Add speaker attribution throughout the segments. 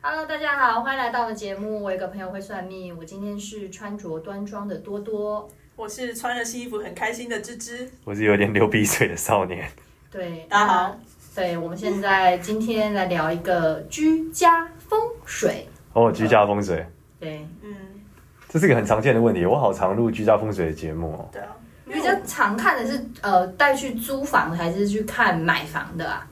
Speaker 1: Hello，大家好，欢迎来到我的节目。我有个朋友会算命，我今天是穿着端庄的多多。
Speaker 2: 我是穿了新衣服很开心的芝芝，
Speaker 3: 我是有点流鼻水的少年。
Speaker 1: 对，
Speaker 2: 大家好。
Speaker 1: 对，我们现在今天来聊一个居家风水。
Speaker 3: 哦，居家风水，
Speaker 1: 对，
Speaker 2: 嗯，
Speaker 3: 这是一个很常见的问题。我好常录居家风水的节目哦。
Speaker 2: 对啊，
Speaker 1: 你比较常看的是呃带去租房的还是去看买房的啊？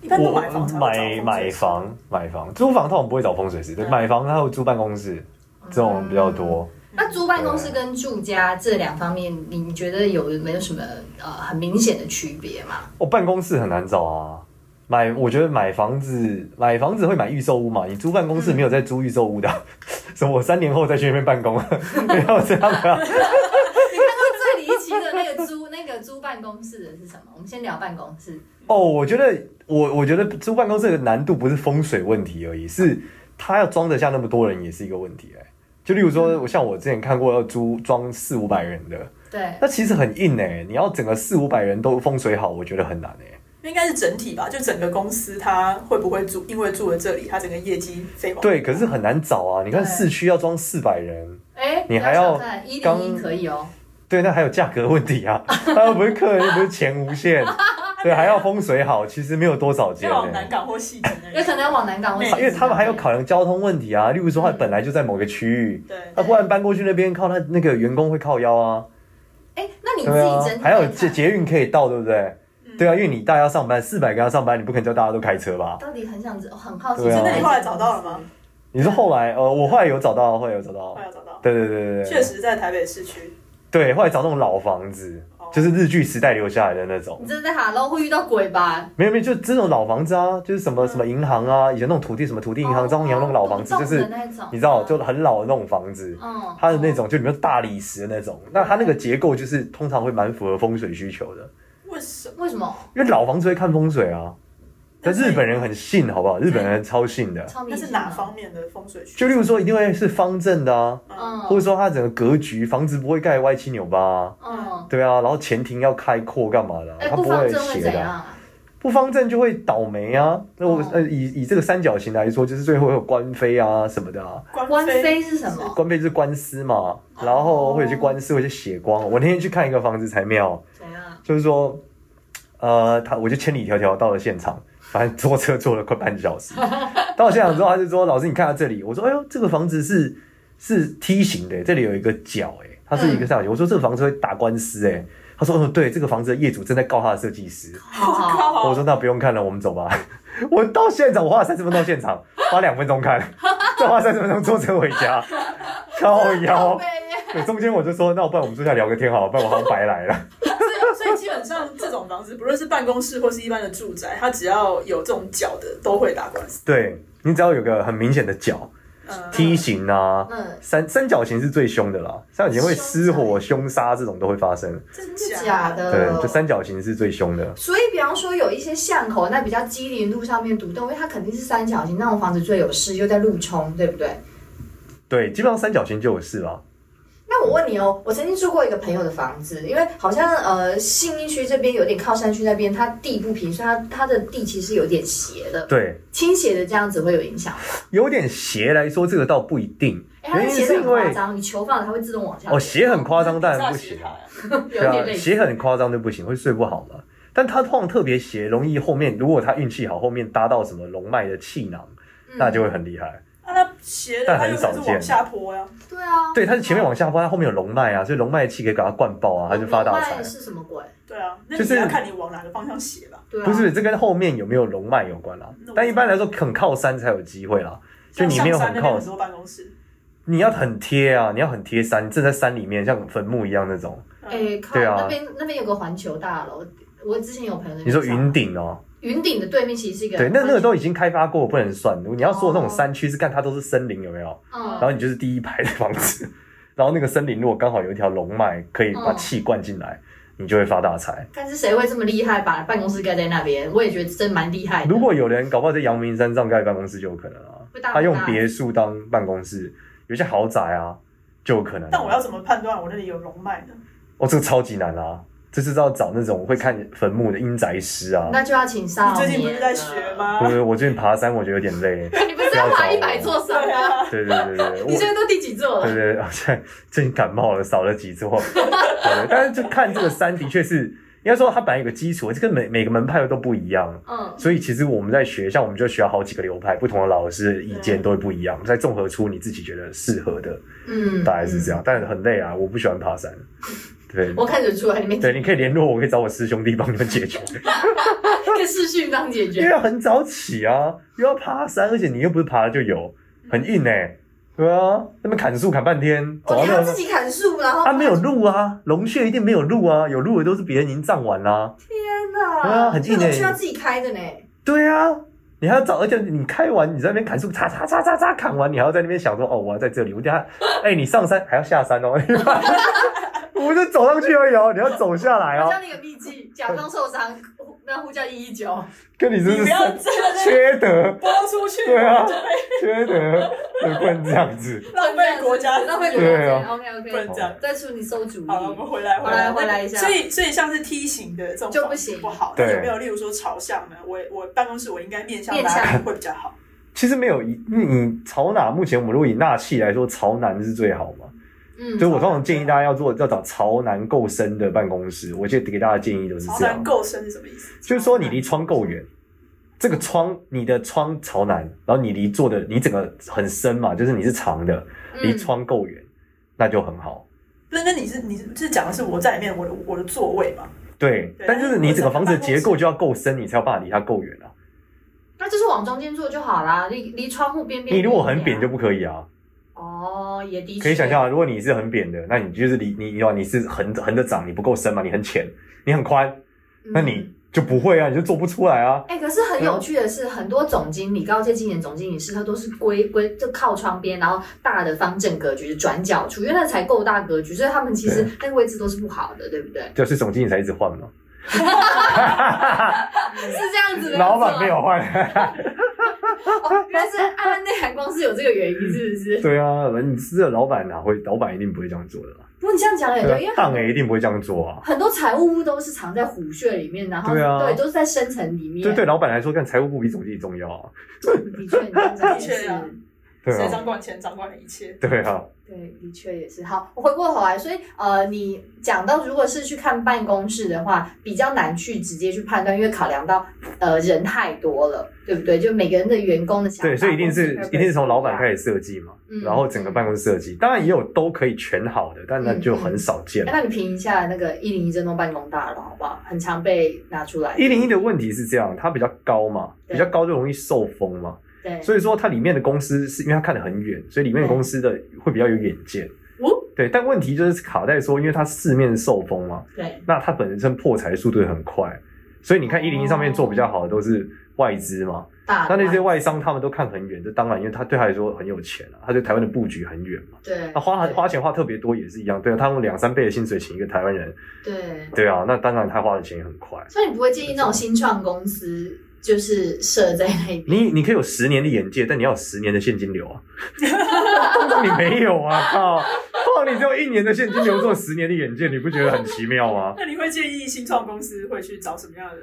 Speaker 2: 一般都
Speaker 3: 我
Speaker 2: 买房才会找风
Speaker 3: 买
Speaker 2: 水
Speaker 3: 买
Speaker 2: 师，
Speaker 3: 房买房租房，通常不会找风水师，对，
Speaker 1: 嗯
Speaker 3: 买房然后租办公室这种比较多。
Speaker 1: 那租办公室跟住家这两方面，你觉得有没有什么呃很明显的区别
Speaker 2: 嗯
Speaker 1: 吗？
Speaker 3: 哦，办公室很难找啊。买，我觉得买房子，买房子会买预售屋嘛？你租办公室没
Speaker 2: 嗯
Speaker 3: 有在租预售屋的，啊 什么我三年后再去那边办公，啊 没有这样的啊。
Speaker 1: 你看过 最离奇的那个租 那个租办公室的是什么？我们先聊办公室。
Speaker 3: 哦，我觉得我我觉得租办公室的难度不是风水问题而已，是他要装得下那么多人也是一个问题哎、就例如说，我像我之前看过要租装四五百人的，
Speaker 1: 对，
Speaker 3: 那其实很硬哎、你要整个四五百人都风水好，我觉得很难哎、
Speaker 2: 应该是整体吧，就整个公司它会不会住，因为住了这里，它整个业绩飞往
Speaker 3: 对，可是很难找啊！你看
Speaker 1: 对
Speaker 3: 市区要装四百人，
Speaker 1: 哎，
Speaker 3: 你还要
Speaker 1: 一
Speaker 3: 刚
Speaker 1: 零一可以哦。
Speaker 3: 对，那还有价格问题啊，他又不是客人，又不是钱无限，对，还要风水好，其实没有多少间、
Speaker 2: 要往
Speaker 3: 欸
Speaker 2: 南。港或西南那
Speaker 1: 有可
Speaker 2: 里，
Speaker 1: 能要往南港，或者
Speaker 3: 因为他们还要考量交通问题啊，例如说他
Speaker 1: 嗯
Speaker 3: 本来就在某个区域，
Speaker 2: 对，
Speaker 3: 他忽啊然搬过去那边，靠他那个员工会靠腰啊，
Speaker 1: 哎，那你自
Speaker 3: 对啊
Speaker 1: 己整体来看，
Speaker 3: 还有捷捷运可以到，对不对？
Speaker 2: 嗯
Speaker 3: 对啊，因为你大家上班，四百个人上班，你不可能叫大家都开车吧？
Speaker 1: 到底很想知，很好奇。
Speaker 3: 对啊
Speaker 1: 真的
Speaker 2: 那你后来找到了吗？
Speaker 3: 你
Speaker 1: 啊
Speaker 3: 说后来，呃，我后来有找到，后来有找到
Speaker 2: 快，要找到，
Speaker 3: 对对对对对，
Speaker 2: 确，实在台北市区，
Speaker 3: 对，后来找那种老房子，
Speaker 2: 哦
Speaker 3: 就是日剧时代留下来的那种
Speaker 1: 你，真的在 Hello 会遇到鬼吧？
Speaker 3: 没有没有，就这种老房子啊，就是什么什么银行啊，以前那种土地什么土地银行、张红阳那种老房子，就
Speaker 1: 哦
Speaker 3: 是
Speaker 1: 嗯懂那种
Speaker 3: 你知道，就很老的那种房子，
Speaker 1: 嗯
Speaker 3: 它的那种就里面有大理石的那种，那它那个结构就是通常会蛮符合风水需求的。
Speaker 2: 为什么？
Speaker 1: 为什么
Speaker 3: 因为老房子会看风水啊，但
Speaker 2: 但是
Speaker 3: 日本人很信，好不好？日本人超信的，
Speaker 1: 超迷
Speaker 2: 那
Speaker 1: 信
Speaker 2: 是
Speaker 1: 的
Speaker 2: 哪？方面的风水区？
Speaker 3: 就例如说一定会是方正的啊，
Speaker 2: 嗯，
Speaker 3: 或者说它整个格局，房子不会盖歪七扭八、啊，
Speaker 1: 嗯，
Speaker 3: 对啊，然后前庭要开阔干嘛的啊、
Speaker 1: 哎，
Speaker 3: 它
Speaker 1: 不
Speaker 3: 会
Speaker 1: 方正会
Speaker 3: 斜
Speaker 1: 怎
Speaker 3: 的
Speaker 1: 样
Speaker 3: 啊。
Speaker 1: 啊？
Speaker 3: 不方正就会倒霉啊！那我
Speaker 1: 哦
Speaker 3: 呃以以这个三角形来说，就是最后会有官非啊什么的啊，
Speaker 1: 官
Speaker 2: 官非，
Speaker 1: 非是什么？
Speaker 3: 官非就是官司嘛，然后会有些官司，会有些血光。我那天去看一个房子才妙，
Speaker 1: 怎样？
Speaker 3: 就是说，呃，他我就千里迢迢到了现场，反正坐车坐了快半小时。 到现场之后，他就说：“老师，你看到这里？”我说：“哎呦，这个房子是是梯形的，这里有一个角，哎，它是一个三角形。我说：“这个房子会打官司，哎。”他说：“嗯，对，这个房子的业主正在告他的设计师。”
Speaker 2: 好高
Speaker 3: 我
Speaker 2: 哦，
Speaker 3: 说：“那不用看了，我们走吧。” 我到现场，我花了三十分钟到现场，花两分钟看，再花三十分钟坐车回家，靠腰。对，中间我就说：“那不然我们坐下聊个天好了，不然我好像白来了。”
Speaker 2: 所以所以基本上这种房子，不论是办公室或是一般的住宅，它只要有这种角的，都会打官司。
Speaker 3: 对你只要有个很明显的角
Speaker 2: 嗯，
Speaker 3: 梯形啊，
Speaker 1: 嗯，
Speaker 3: 三三角形是最凶的啦，三角形会失火、凶杀这种都会发生。
Speaker 2: 真
Speaker 1: 是假？
Speaker 3: 对，
Speaker 1: 的。
Speaker 3: 就三角形是最凶的。
Speaker 1: 所以，比方说有一些巷口，那比较机灵路上面独栋，因为它肯定是三角形那种房子最有势，又在路冲，对不对？
Speaker 3: 对，基本上三角形就有事啦。
Speaker 1: 那我问你哦，我曾经住过一个朋友的房子，因为好像呃信义区这边有点靠山区那边，它地不平，所以它它的地其实有点斜的，
Speaker 3: 对，
Speaker 1: 倾斜的这样子会有影响吗。
Speaker 3: 有点斜来说，这个倒不一定，
Speaker 1: 哎，它的
Speaker 3: 原因
Speaker 1: 斜的
Speaker 3: 是
Speaker 1: 很
Speaker 3: 因
Speaker 1: 夸
Speaker 3: 为
Speaker 1: 张，你球放了它会自动往下
Speaker 3: 哦斜很夸张，当
Speaker 2: 但
Speaker 3: 然不行啊。
Speaker 1: 有
Speaker 3: 对
Speaker 1: 点
Speaker 3: 啊，
Speaker 1: 类似。
Speaker 3: 斜很夸张就不行，会睡不好嘛。但它通常特别斜，容易后面如果它运气好，后面搭到什么龙脉的气囊，
Speaker 1: 嗯
Speaker 3: 那就会很厉害。
Speaker 2: 啊，那斜的，
Speaker 3: 但
Speaker 2: 它
Speaker 3: 很
Speaker 2: 又不
Speaker 3: 少
Speaker 2: 是
Speaker 3: 见
Speaker 2: 往下坡呀、
Speaker 1: 对啊，
Speaker 3: 对，它是前面往下挖，它后面有龙脉啊，所以龙脉的气可以把它灌爆啊，它就发大财
Speaker 1: 龙脉。是什么鬼？
Speaker 2: 对啊，那
Speaker 3: 就
Speaker 2: 你
Speaker 3: 是
Speaker 2: 要看你往哪个方向斜吧。
Speaker 1: 对啊，
Speaker 3: 不是，这跟后面有没有龙脉有关啦、
Speaker 2: 嗯那我
Speaker 3: 但一般来说，很靠山才有机会啦。就
Speaker 2: 像
Speaker 3: 你没有
Speaker 2: 上山
Speaker 3: 很
Speaker 2: 那边
Speaker 3: 靠
Speaker 2: 很，多办公室，
Speaker 3: 你要很贴啊，你要很贴山，正在山里面，像坟墓一样那种。
Speaker 1: 哎、
Speaker 2: 嗯，
Speaker 1: 靠，
Speaker 3: 对啊
Speaker 1: 那边那边有个环球大楼，我之前有朋友在那
Speaker 3: 你
Speaker 1: 边
Speaker 3: 说
Speaker 1: 上班
Speaker 3: 云顶哦，
Speaker 1: 云顶的对面其实是一个
Speaker 3: 对，那那个
Speaker 1: 环球
Speaker 3: 都已经开发过，不能算。你要说的那
Speaker 1: 哦
Speaker 3: 种山区是看它都是森林有没
Speaker 2: 哦
Speaker 3: 有，
Speaker 1: 嗯
Speaker 3: 然后你就是第一排的房子， 然后那个森林如果刚好有一条龙脉可以把
Speaker 1: 嗯
Speaker 3: 气灌进来，你就会发大财。
Speaker 1: 但是谁会这么厉害，把办公室盖在那边？我也觉得真蛮厉害的。
Speaker 3: 如果有人搞不好在阳明山上盖办公室就有可能啊
Speaker 1: 会大，不大
Speaker 3: 他用别墅当办公室，有些豪宅啊就有可能啊、
Speaker 2: 但我要怎么判断我那里有龙脉呢？
Speaker 3: 哦，这个超级难啊！就是要找那种会看坟墓的阴宅师啊。
Speaker 1: 那就要请少
Speaker 2: 你最
Speaker 1: 年。
Speaker 2: 近不是在学？吗？
Speaker 3: 因为我最近爬山，我觉得有点累。
Speaker 1: 你不是要爬一百座山
Speaker 2: 对
Speaker 1: 吗？
Speaker 2: 啊，
Speaker 3: 对对对对，
Speaker 1: 你
Speaker 3: 我
Speaker 1: 现在都第几座
Speaker 3: 对
Speaker 1: 了？
Speaker 3: 对，对，哦现在最近感冒了，少了几座。对对，但是就看这个山，的确是应该说它本来有个基础，这个每每个门派都不一样，
Speaker 1: 嗯，
Speaker 3: 所以其实我们在学，像我们就学好几个流派，不同的老师的意见都会不一样，再综合出你自己觉得适合的，
Speaker 1: 嗯，
Speaker 3: 大概是这样。但很累啊，我不喜欢爬山。对
Speaker 1: 嗯。我看得出来，你们
Speaker 3: 对，你可以联络我，我可以找我师兄弟帮你们解决，
Speaker 1: 跟视讯当解
Speaker 3: 因为
Speaker 1: 决。
Speaker 3: 要很早起啊，又要爬山，而且你又不是爬了就有，很硬哎、对啊，那边砍树砍半天，
Speaker 1: 哦，你
Speaker 3: 走到
Speaker 1: 还
Speaker 3: 那
Speaker 1: 要
Speaker 3: 边
Speaker 1: 自己砍树，然后
Speaker 3: 啊，没有路啊，龙穴一定没有路啊，有路的都是别人已经占完啦、
Speaker 1: 天哪，
Speaker 3: 对啊很近
Speaker 1: 这
Speaker 3: 欸
Speaker 1: 个需要自己开的呢。
Speaker 3: 对啊，你还要找，而且你开完，你在那边砍树，嚓嚓嚓嚓嚓砍完，你还要在那边想说，哦，我要在这里，我等下，哎、你上山还要下山哦，我就走上去而已哦，你要走下来
Speaker 1: 我
Speaker 3: 哦
Speaker 1: 教，你个秘技，假装受伤，呼那呼叫一一九。
Speaker 3: 跟你真
Speaker 2: 你
Speaker 3: 是
Speaker 2: 不要真的
Speaker 3: 缺德，
Speaker 2: 播出去，
Speaker 3: 对啊
Speaker 2: 就被
Speaker 3: 缺德，对，不能这样子。
Speaker 2: 浪费国家
Speaker 1: 浪费国
Speaker 3: 啊
Speaker 1: 家。
Speaker 2: 不
Speaker 1: OK
Speaker 2: 能
Speaker 1: OK，
Speaker 2: 这样。
Speaker 1: 再出你馊主
Speaker 2: 好啊了，我们
Speaker 1: 意。
Speaker 2: 回来，
Speaker 1: 回来回来一下
Speaker 2: 所以，所以像是梯形的这种
Speaker 1: 就不行
Speaker 2: 不好。
Speaker 3: 对
Speaker 2: 那有没有例如说朝向呢？我我办公室我应该面向
Speaker 1: 面向
Speaker 2: 哪里会比较好？
Speaker 3: 其实没有以你你朝哪，目前我们如果以纳气来说，朝南是最好嘛。
Speaker 1: 嗯
Speaker 3: 所以，我通常建议大家要做要找朝南够深的办公室。我记得给大家建议都是
Speaker 2: 朝
Speaker 3: 这样
Speaker 2: 南。够深是什么意思？
Speaker 3: 就是说你离窗够远，这个窗你的窗朝南，然后你离坐的你整个很深嘛，就是你是长的，离
Speaker 1: 嗯
Speaker 3: 窗够远，那就很好。
Speaker 2: 那那你是你是是讲的是我在里面我的我的座位嘛？
Speaker 3: 对，
Speaker 2: 对
Speaker 3: 但就是你整个房子的结构就要够深，你才有办法离它够远啊。
Speaker 1: 那就是往中间坐就好啦，离离窗户边边。
Speaker 3: 你如果很扁就不可以啊，
Speaker 1: 哦，也的确
Speaker 3: 可以想象啊，如果你是很扁的，那你就是离你你你是横横着长，你不够深嘛，你很浅，你很宽，
Speaker 1: 嗯
Speaker 3: 那你就不会啊，你就做不出来啊。
Speaker 1: 哎、可是很有趣的是，很多总经理、高阶经理、总经理是他都是归归就靠窗边，然后大的方正格局就转角处，因为那才够大格局，所以他们其实那个位置都是不好的，对不对？
Speaker 3: 就是总经理才一直换嘛，
Speaker 1: 是这样子的。
Speaker 3: 老板
Speaker 1: 啊是吗 啊
Speaker 3: 没有换。
Speaker 1: 哦，原来是暗暗内涵光是有这个原因，是不是？
Speaker 3: 对啊，你是这老板哪啊会？老板一定不会这样做的啦。啊
Speaker 1: 不过你这样讲了也对，因为
Speaker 3: 当
Speaker 1: 很
Speaker 3: 然一定不会这样做啊。
Speaker 1: 很多财务部都是藏在虎穴里面，然后
Speaker 3: 对啊
Speaker 1: 都是在深层里面。
Speaker 3: 对对，老板来说，干财务部比总经理重要啊。
Speaker 1: 的确，你这样讲也
Speaker 2: 的确啊
Speaker 1: 是。
Speaker 3: 对
Speaker 2: 谁
Speaker 3: 啊，
Speaker 2: 掌管钱，掌管了一切。
Speaker 3: 对啊，
Speaker 1: 对，的确也是。好，回过头来，所以呃，你讲到如果是去看办公室的话，比较难去直接去判断，因为考量到呃人太多了，对不对？就每个人的员工的想法，
Speaker 3: 对，所以一定是一定是从老板开
Speaker 1: 始，
Speaker 3: 始设计嘛，
Speaker 1: 嗯
Speaker 3: 然后整个办公室设计，当然也有都可以全好的，但那就很少见
Speaker 1: 哎。那你评一下那个一零一这栋办公大楼好不好？很常被拿出来，
Speaker 3: 一零一的问题是这样，它比较高嘛，
Speaker 1: 对
Speaker 3: 比较高就容易受风嘛，
Speaker 1: 对，
Speaker 3: 所以说它里面的公司是因为它看得很远，所以里面的公司的会比较有远见
Speaker 2: 哦。
Speaker 3: 对，但问题就是卡在说，因为它四面受风嘛，
Speaker 1: 对，
Speaker 3: 那它本身破财速度也很快，所以你看一零一上面做比较好的都是外资嘛，
Speaker 1: 大
Speaker 3: 那
Speaker 1: 楼
Speaker 3: 那些外商他们都看很远，这当然，因为他对他来说很有钱啊，他对台湾的布局很远嘛。
Speaker 1: 对
Speaker 3: 那花
Speaker 1: 对
Speaker 3: 花钱花特别多也是一样，对啊，他用两三倍的薪水请一个台湾人，
Speaker 1: 对，
Speaker 3: 对啊，那当然他花的钱也很快。
Speaker 1: 所以你不会建议那种新创公司就是设在那边。
Speaker 3: 你你可以有十年的眼界，但你要有十年的现金流啊。 通常你没有啊，靠！通常你只有一年的现金流，做十年的眼界，你不觉得很奇妙吗？
Speaker 2: 那你会建议新创公司会去找什么样的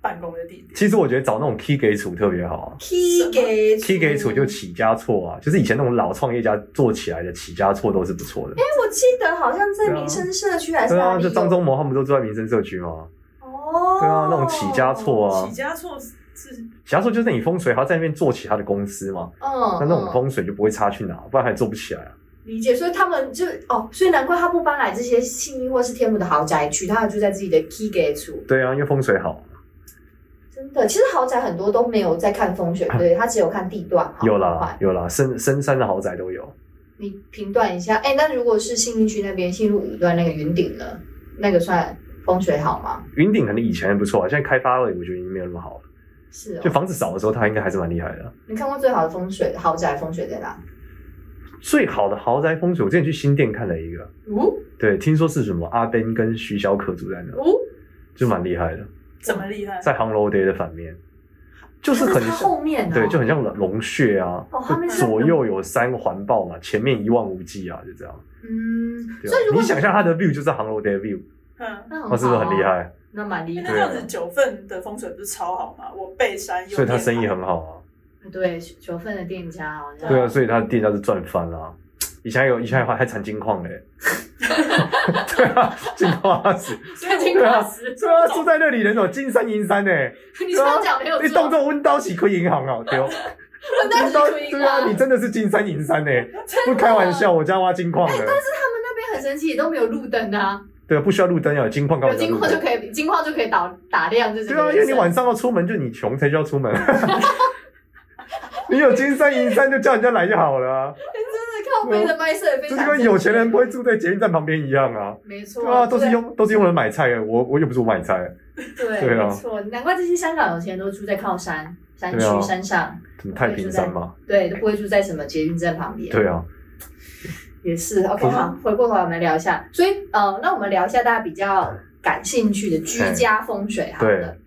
Speaker 2: 办公的地点？
Speaker 3: 其实我觉得找那种 key 给处特别好啊。
Speaker 1: T 给
Speaker 3: key 给处就起家错啊，就是以前那种老创业家做起来的起家错都是不错的。
Speaker 1: 我记得好像在民生社区还是
Speaker 3: 对
Speaker 1: 哪
Speaker 3: 啊，
Speaker 1: 里有？
Speaker 3: 就张忠谋他们都住在民生社区嘛。
Speaker 1: 哦，
Speaker 3: 对啊，那种起家错啊
Speaker 2: 起，家措是
Speaker 3: 起家错就是你风水还要在那边做其他的公司嘛，
Speaker 1: 嗯，
Speaker 3: 那那种
Speaker 1: 嗯
Speaker 3: 风水就不会差去哪，不然还做不起来啊。
Speaker 1: 理解，所以他们就哦，所以难怪他不搬来这些信义或是天母的豪宅区，他就在自己的 key 给处。
Speaker 3: 对啊，因为风水好，
Speaker 1: 真的，其实豪宅很多都没有在看风水，对，他只有看地段。好
Speaker 3: 啊有
Speaker 1: 好
Speaker 3: 啦有啦，深深山的豪宅都有。
Speaker 1: 你评断一下，哎，那如果是信义区那边，信义路五段那个云顶呢，那个算风水好吗？
Speaker 3: 云顶可能以前还不错啊，现在开发了，我觉得已经没有那么好了。
Speaker 1: 是
Speaker 3: 就
Speaker 1: 哦，
Speaker 3: 房子少的时候，它应该还是蛮厉害的。
Speaker 1: 你看过最好的风水豪宅风水在哪？
Speaker 3: 最好的豪宅风水，我之前去新店看了一个，
Speaker 1: 哦
Speaker 3: 对，听说是什么阿 Ben 跟徐小可住在那，
Speaker 1: 哦，
Speaker 3: 就蛮厉害的，
Speaker 2: 怎么厉害？
Speaker 3: 在航楼 day 的反面，就是很
Speaker 1: 它
Speaker 3: 像。
Speaker 1: 后面啊呢、
Speaker 3: 对，就很像龙龙穴啊，
Speaker 1: 哦他们是
Speaker 3: 左右有山环抱嘛，前面一望无际啊，就这样。
Speaker 1: 嗯，
Speaker 3: 对
Speaker 1: 所以如
Speaker 3: 啊，
Speaker 1: 果
Speaker 3: 你想象它的 view 就是航楼 day view，
Speaker 2: 嗯，
Speaker 1: 那很好、
Speaker 3: 那
Speaker 1: 啊，
Speaker 3: 是不是很厉？害？
Speaker 1: 那蛮厉
Speaker 2: 因为
Speaker 1: 害
Speaker 2: 那
Speaker 1: 的，
Speaker 2: 这样子九份的风水不是超好吗？我背山有，
Speaker 3: 啊所以他生意很好啊。
Speaker 1: 对九份的店家哦好像
Speaker 3: 对啊，所以他的店家是赚翻啦、以前还有，以前还还产金矿 嘞。对啊，金矿阿死。
Speaker 2: 所以我
Speaker 3: 对啊，
Speaker 1: 石，
Speaker 3: 对啊，住在那里人哦，金山银山呢。
Speaker 1: 你这样讲没有
Speaker 3: 啊你
Speaker 1: 错
Speaker 3: 动，作温刀洗亏银行啊，对哦，
Speaker 1: 我当时就
Speaker 3: 对啊，你真的是金山银山呢，欸
Speaker 1: 啊
Speaker 3: 不开玩笑，我家挖金 矿
Speaker 1: 那
Speaker 3: 的，
Speaker 1: 边很神奇，都没有路灯啊，
Speaker 3: 对，不需要路灯要有金矿干
Speaker 1: 有
Speaker 3: 嘛要
Speaker 1: 金
Speaker 3: 路
Speaker 1: 矿就
Speaker 3: 灯？
Speaker 1: 可以，金矿就可以打打亮这整
Speaker 3: 对
Speaker 1: 个
Speaker 3: 啊，因为
Speaker 1: 人
Speaker 3: 你
Speaker 1: 生。
Speaker 3: 晚上要出门，就你穷才需要出门。 你有金山银山就叫人家来就好了、啊，
Speaker 1: 真的靠背的麦瑟也非
Speaker 3: 嗯就
Speaker 1: 常
Speaker 3: 是跟有钱人不会住在捷运站旁边一样啊。
Speaker 1: 没错，
Speaker 3: 对啊，都是用都是用来买菜的，我我又不是我买菜，
Speaker 1: 对，
Speaker 3: 对啊
Speaker 1: 没错，难怪这些香港有钱人都住在靠山、山区、
Speaker 3: 对啊
Speaker 1: 山上，
Speaker 3: 什么太平山嘛，
Speaker 1: 对，都不会住在什么捷运站旁边。
Speaker 3: 对啊，
Speaker 1: 也是 OK，
Speaker 3: 不是
Speaker 1: 好，回过头来我们聊一下，所以呃，那我们聊一下大家比较感兴趣的居家风水好了
Speaker 3: 对。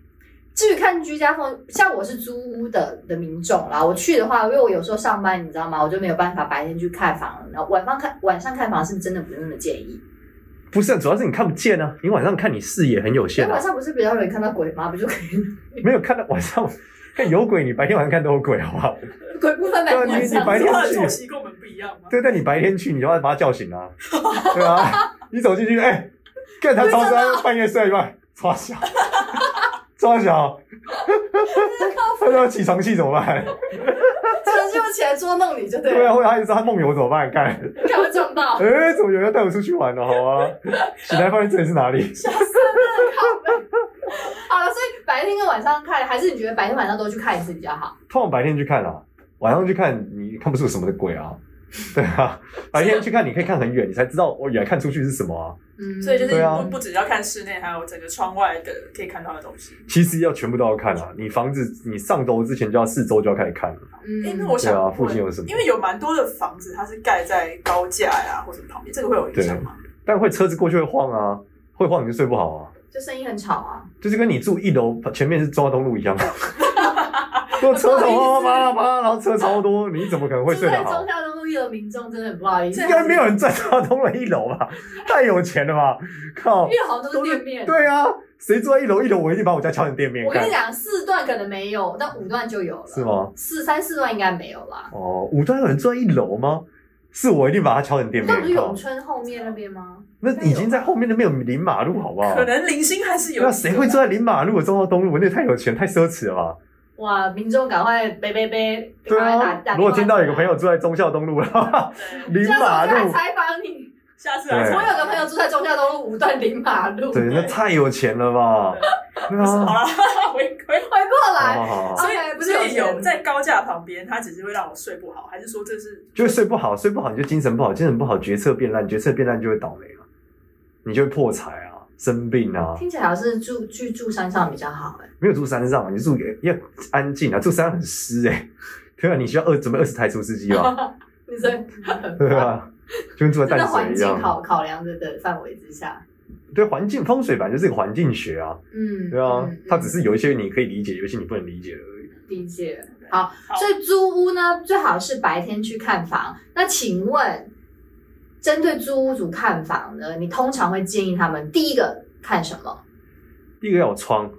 Speaker 1: 至于看居家风，像我是租屋的的民众啦，我去的话，因为我有时候上班，你知道吗？我就没有办法白天去看房，然后晚上看晚上看房是真的不是那么建议，
Speaker 3: 不是，主要是你看不见啊，你晚上看你视野很有
Speaker 1: 因
Speaker 3: 限
Speaker 1: 为晚
Speaker 3: 啊，
Speaker 1: 上不是比较容易看到鬼吗？不就可以
Speaker 3: 没有看到晚上 看有鬼，你白天晚上看都有鬼，好不好？
Speaker 1: 鬼不分白
Speaker 3: 对啊
Speaker 1: 天
Speaker 3: 你
Speaker 1: 晚上
Speaker 3: 你白天
Speaker 2: 他的
Speaker 3: 去
Speaker 2: 作息跟我们不一样吗？
Speaker 3: 对，但你白天去，你就要把他叫醒啊，对啊，你走进去，哎、看他超生半夜睡到一半，抓小，抓小，他说起床气怎么办？
Speaker 1: 这就起来捉弄你就对
Speaker 3: 对
Speaker 1: 了，
Speaker 3: 啊，或者他就说他梦游怎么办？看，
Speaker 1: 看会撞到
Speaker 3: 哎、。怎么有人要带我出去玩呢、好啊，醒来发现这里是哪里？
Speaker 1: 好了，所以白天跟晚上看，还是你觉得白天晚上都去看一次比较好？
Speaker 3: 通常白天去看啊，晚上去看你看不出什么的鬼啊。对啊，白天去看你可以看很远，你才知道我远看出去是什么啊。
Speaker 1: 嗯，
Speaker 2: 所以就是
Speaker 3: 对啊
Speaker 2: 不不只要看室内，还有整个窗外的可以看到的东西。
Speaker 3: 其实要全部都要看啊，你房子你上楼之前就要四周就要开始看了。
Speaker 2: 哎、
Speaker 1: 嗯
Speaker 2: 那我
Speaker 3: 对
Speaker 2: 想
Speaker 3: 啊，
Speaker 2: 问，
Speaker 3: 附近有什么？
Speaker 2: 因为有蛮多的房子它是盖在高架呀、或者旁边，这个会有影响吗？
Speaker 3: 但会车子过去会晃啊，会晃你就睡不好啊，
Speaker 1: 就声音很吵啊。
Speaker 3: 就是跟你住一楼前面是中华东路一样。就车从啪啪啪啪，然后车超多，你怎么可能会
Speaker 1: 住
Speaker 3: 睡
Speaker 1: 在
Speaker 3: 得
Speaker 1: 中孝
Speaker 3: 好？
Speaker 1: 东路一楼民众真的很不好意思，
Speaker 3: 应该没有人在中华东路一楼吧？太有钱了吧！靠
Speaker 1: 因，为好多都是店面。
Speaker 3: 对啊，谁住在一楼？一楼我一定把我家敲成店面
Speaker 1: 我跟
Speaker 3: 看
Speaker 1: 你，讲，四段可能没有，但五段就有了。
Speaker 3: 是？吗？
Speaker 1: 四三四段应该没有啦。
Speaker 3: 哦，五段有人住在一楼吗？是我一定把它敲成店
Speaker 1: 五
Speaker 3: 面
Speaker 1: 段不是
Speaker 3: 看
Speaker 1: 永。春后面那边吗？
Speaker 3: 那已经在后面那边有临马路，好不好？
Speaker 2: 可能零星还是有。
Speaker 3: 那谁会住？在临马路的中华东路？那太有钱，太奢侈了吧？
Speaker 1: 哇，民众赶快背背背，
Speaker 3: 对
Speaker 1: 赶快打打电话
Speaker 3: 啊，如果听到有个朋友住在中孝东路，
Speaker 2: 对
Speaker 3: 临
Speaker 1: 下次
Speaker 3: 马
Speaker 1: 我就来
Speaker 3: 路，
Speaker 1: 采访你。
Speaker 2: 下次
Speaker 3: 对
Speaker 1: 我
Speaker 2: 来。
Speaker 1: 有个朋友住在中孝东路五段临马路。
Speaker 3: 对，那太有钱了吧？对
Speaker 2: 好
Speaker 3: 啊，
Speaker 2: 啦， 回归。
Speaker 1: 回过
Speaker 3: 好
Speaker 1: 来，
Speaker 3: 好好啊好，
Speaker 2: 所以
Speaker 1: OK，不是
Speaker 2: 所以
Speaker 1: 有钱
Speaker 2: 有在高架旁边，它只是会让我睡不好，还是说这是
Speaker 3: 就会睡不好，睡不好你就精神不好，精神不好决策变烂，决策变烂就会倒霉啊，你就会破财啊，生病啊。
Speaker 1: 听起来好像是住去住山上比较好 哎。
Speaker 3: 没有住山上，啊你住也要安静啊，住山很湿哎、对啊，你需要二准备二十台除湿机吧？
Speaker 1: 你这很
Speaker 3: 对啊，就啊跟住在
Speaker 1: 真的
Speaker 3: 淡
Speaker 1: 环
Speaker 3: 水一
Speaker 1: 境
Speaker 3: 样。啊
Speaker 1: 考考量的的范围之下，
Speaker 3: 对环境风水本来就是一个环境学啊，
Speaker 1: 嗯，
Speaker 3: 对啊，
Speaker 1: 嗯
Speaker 3: 它只是有一些你可以理解，有一些你不能理解而已。
Speaker 1: 理解。
Speaker 2: 好
Speaker 1: 所以租屋呢，最好是白天去看房。那请问，针对租屋主看房呢，你通常会建议他们第一个看什么
Speaker 3: 第一个要有窗，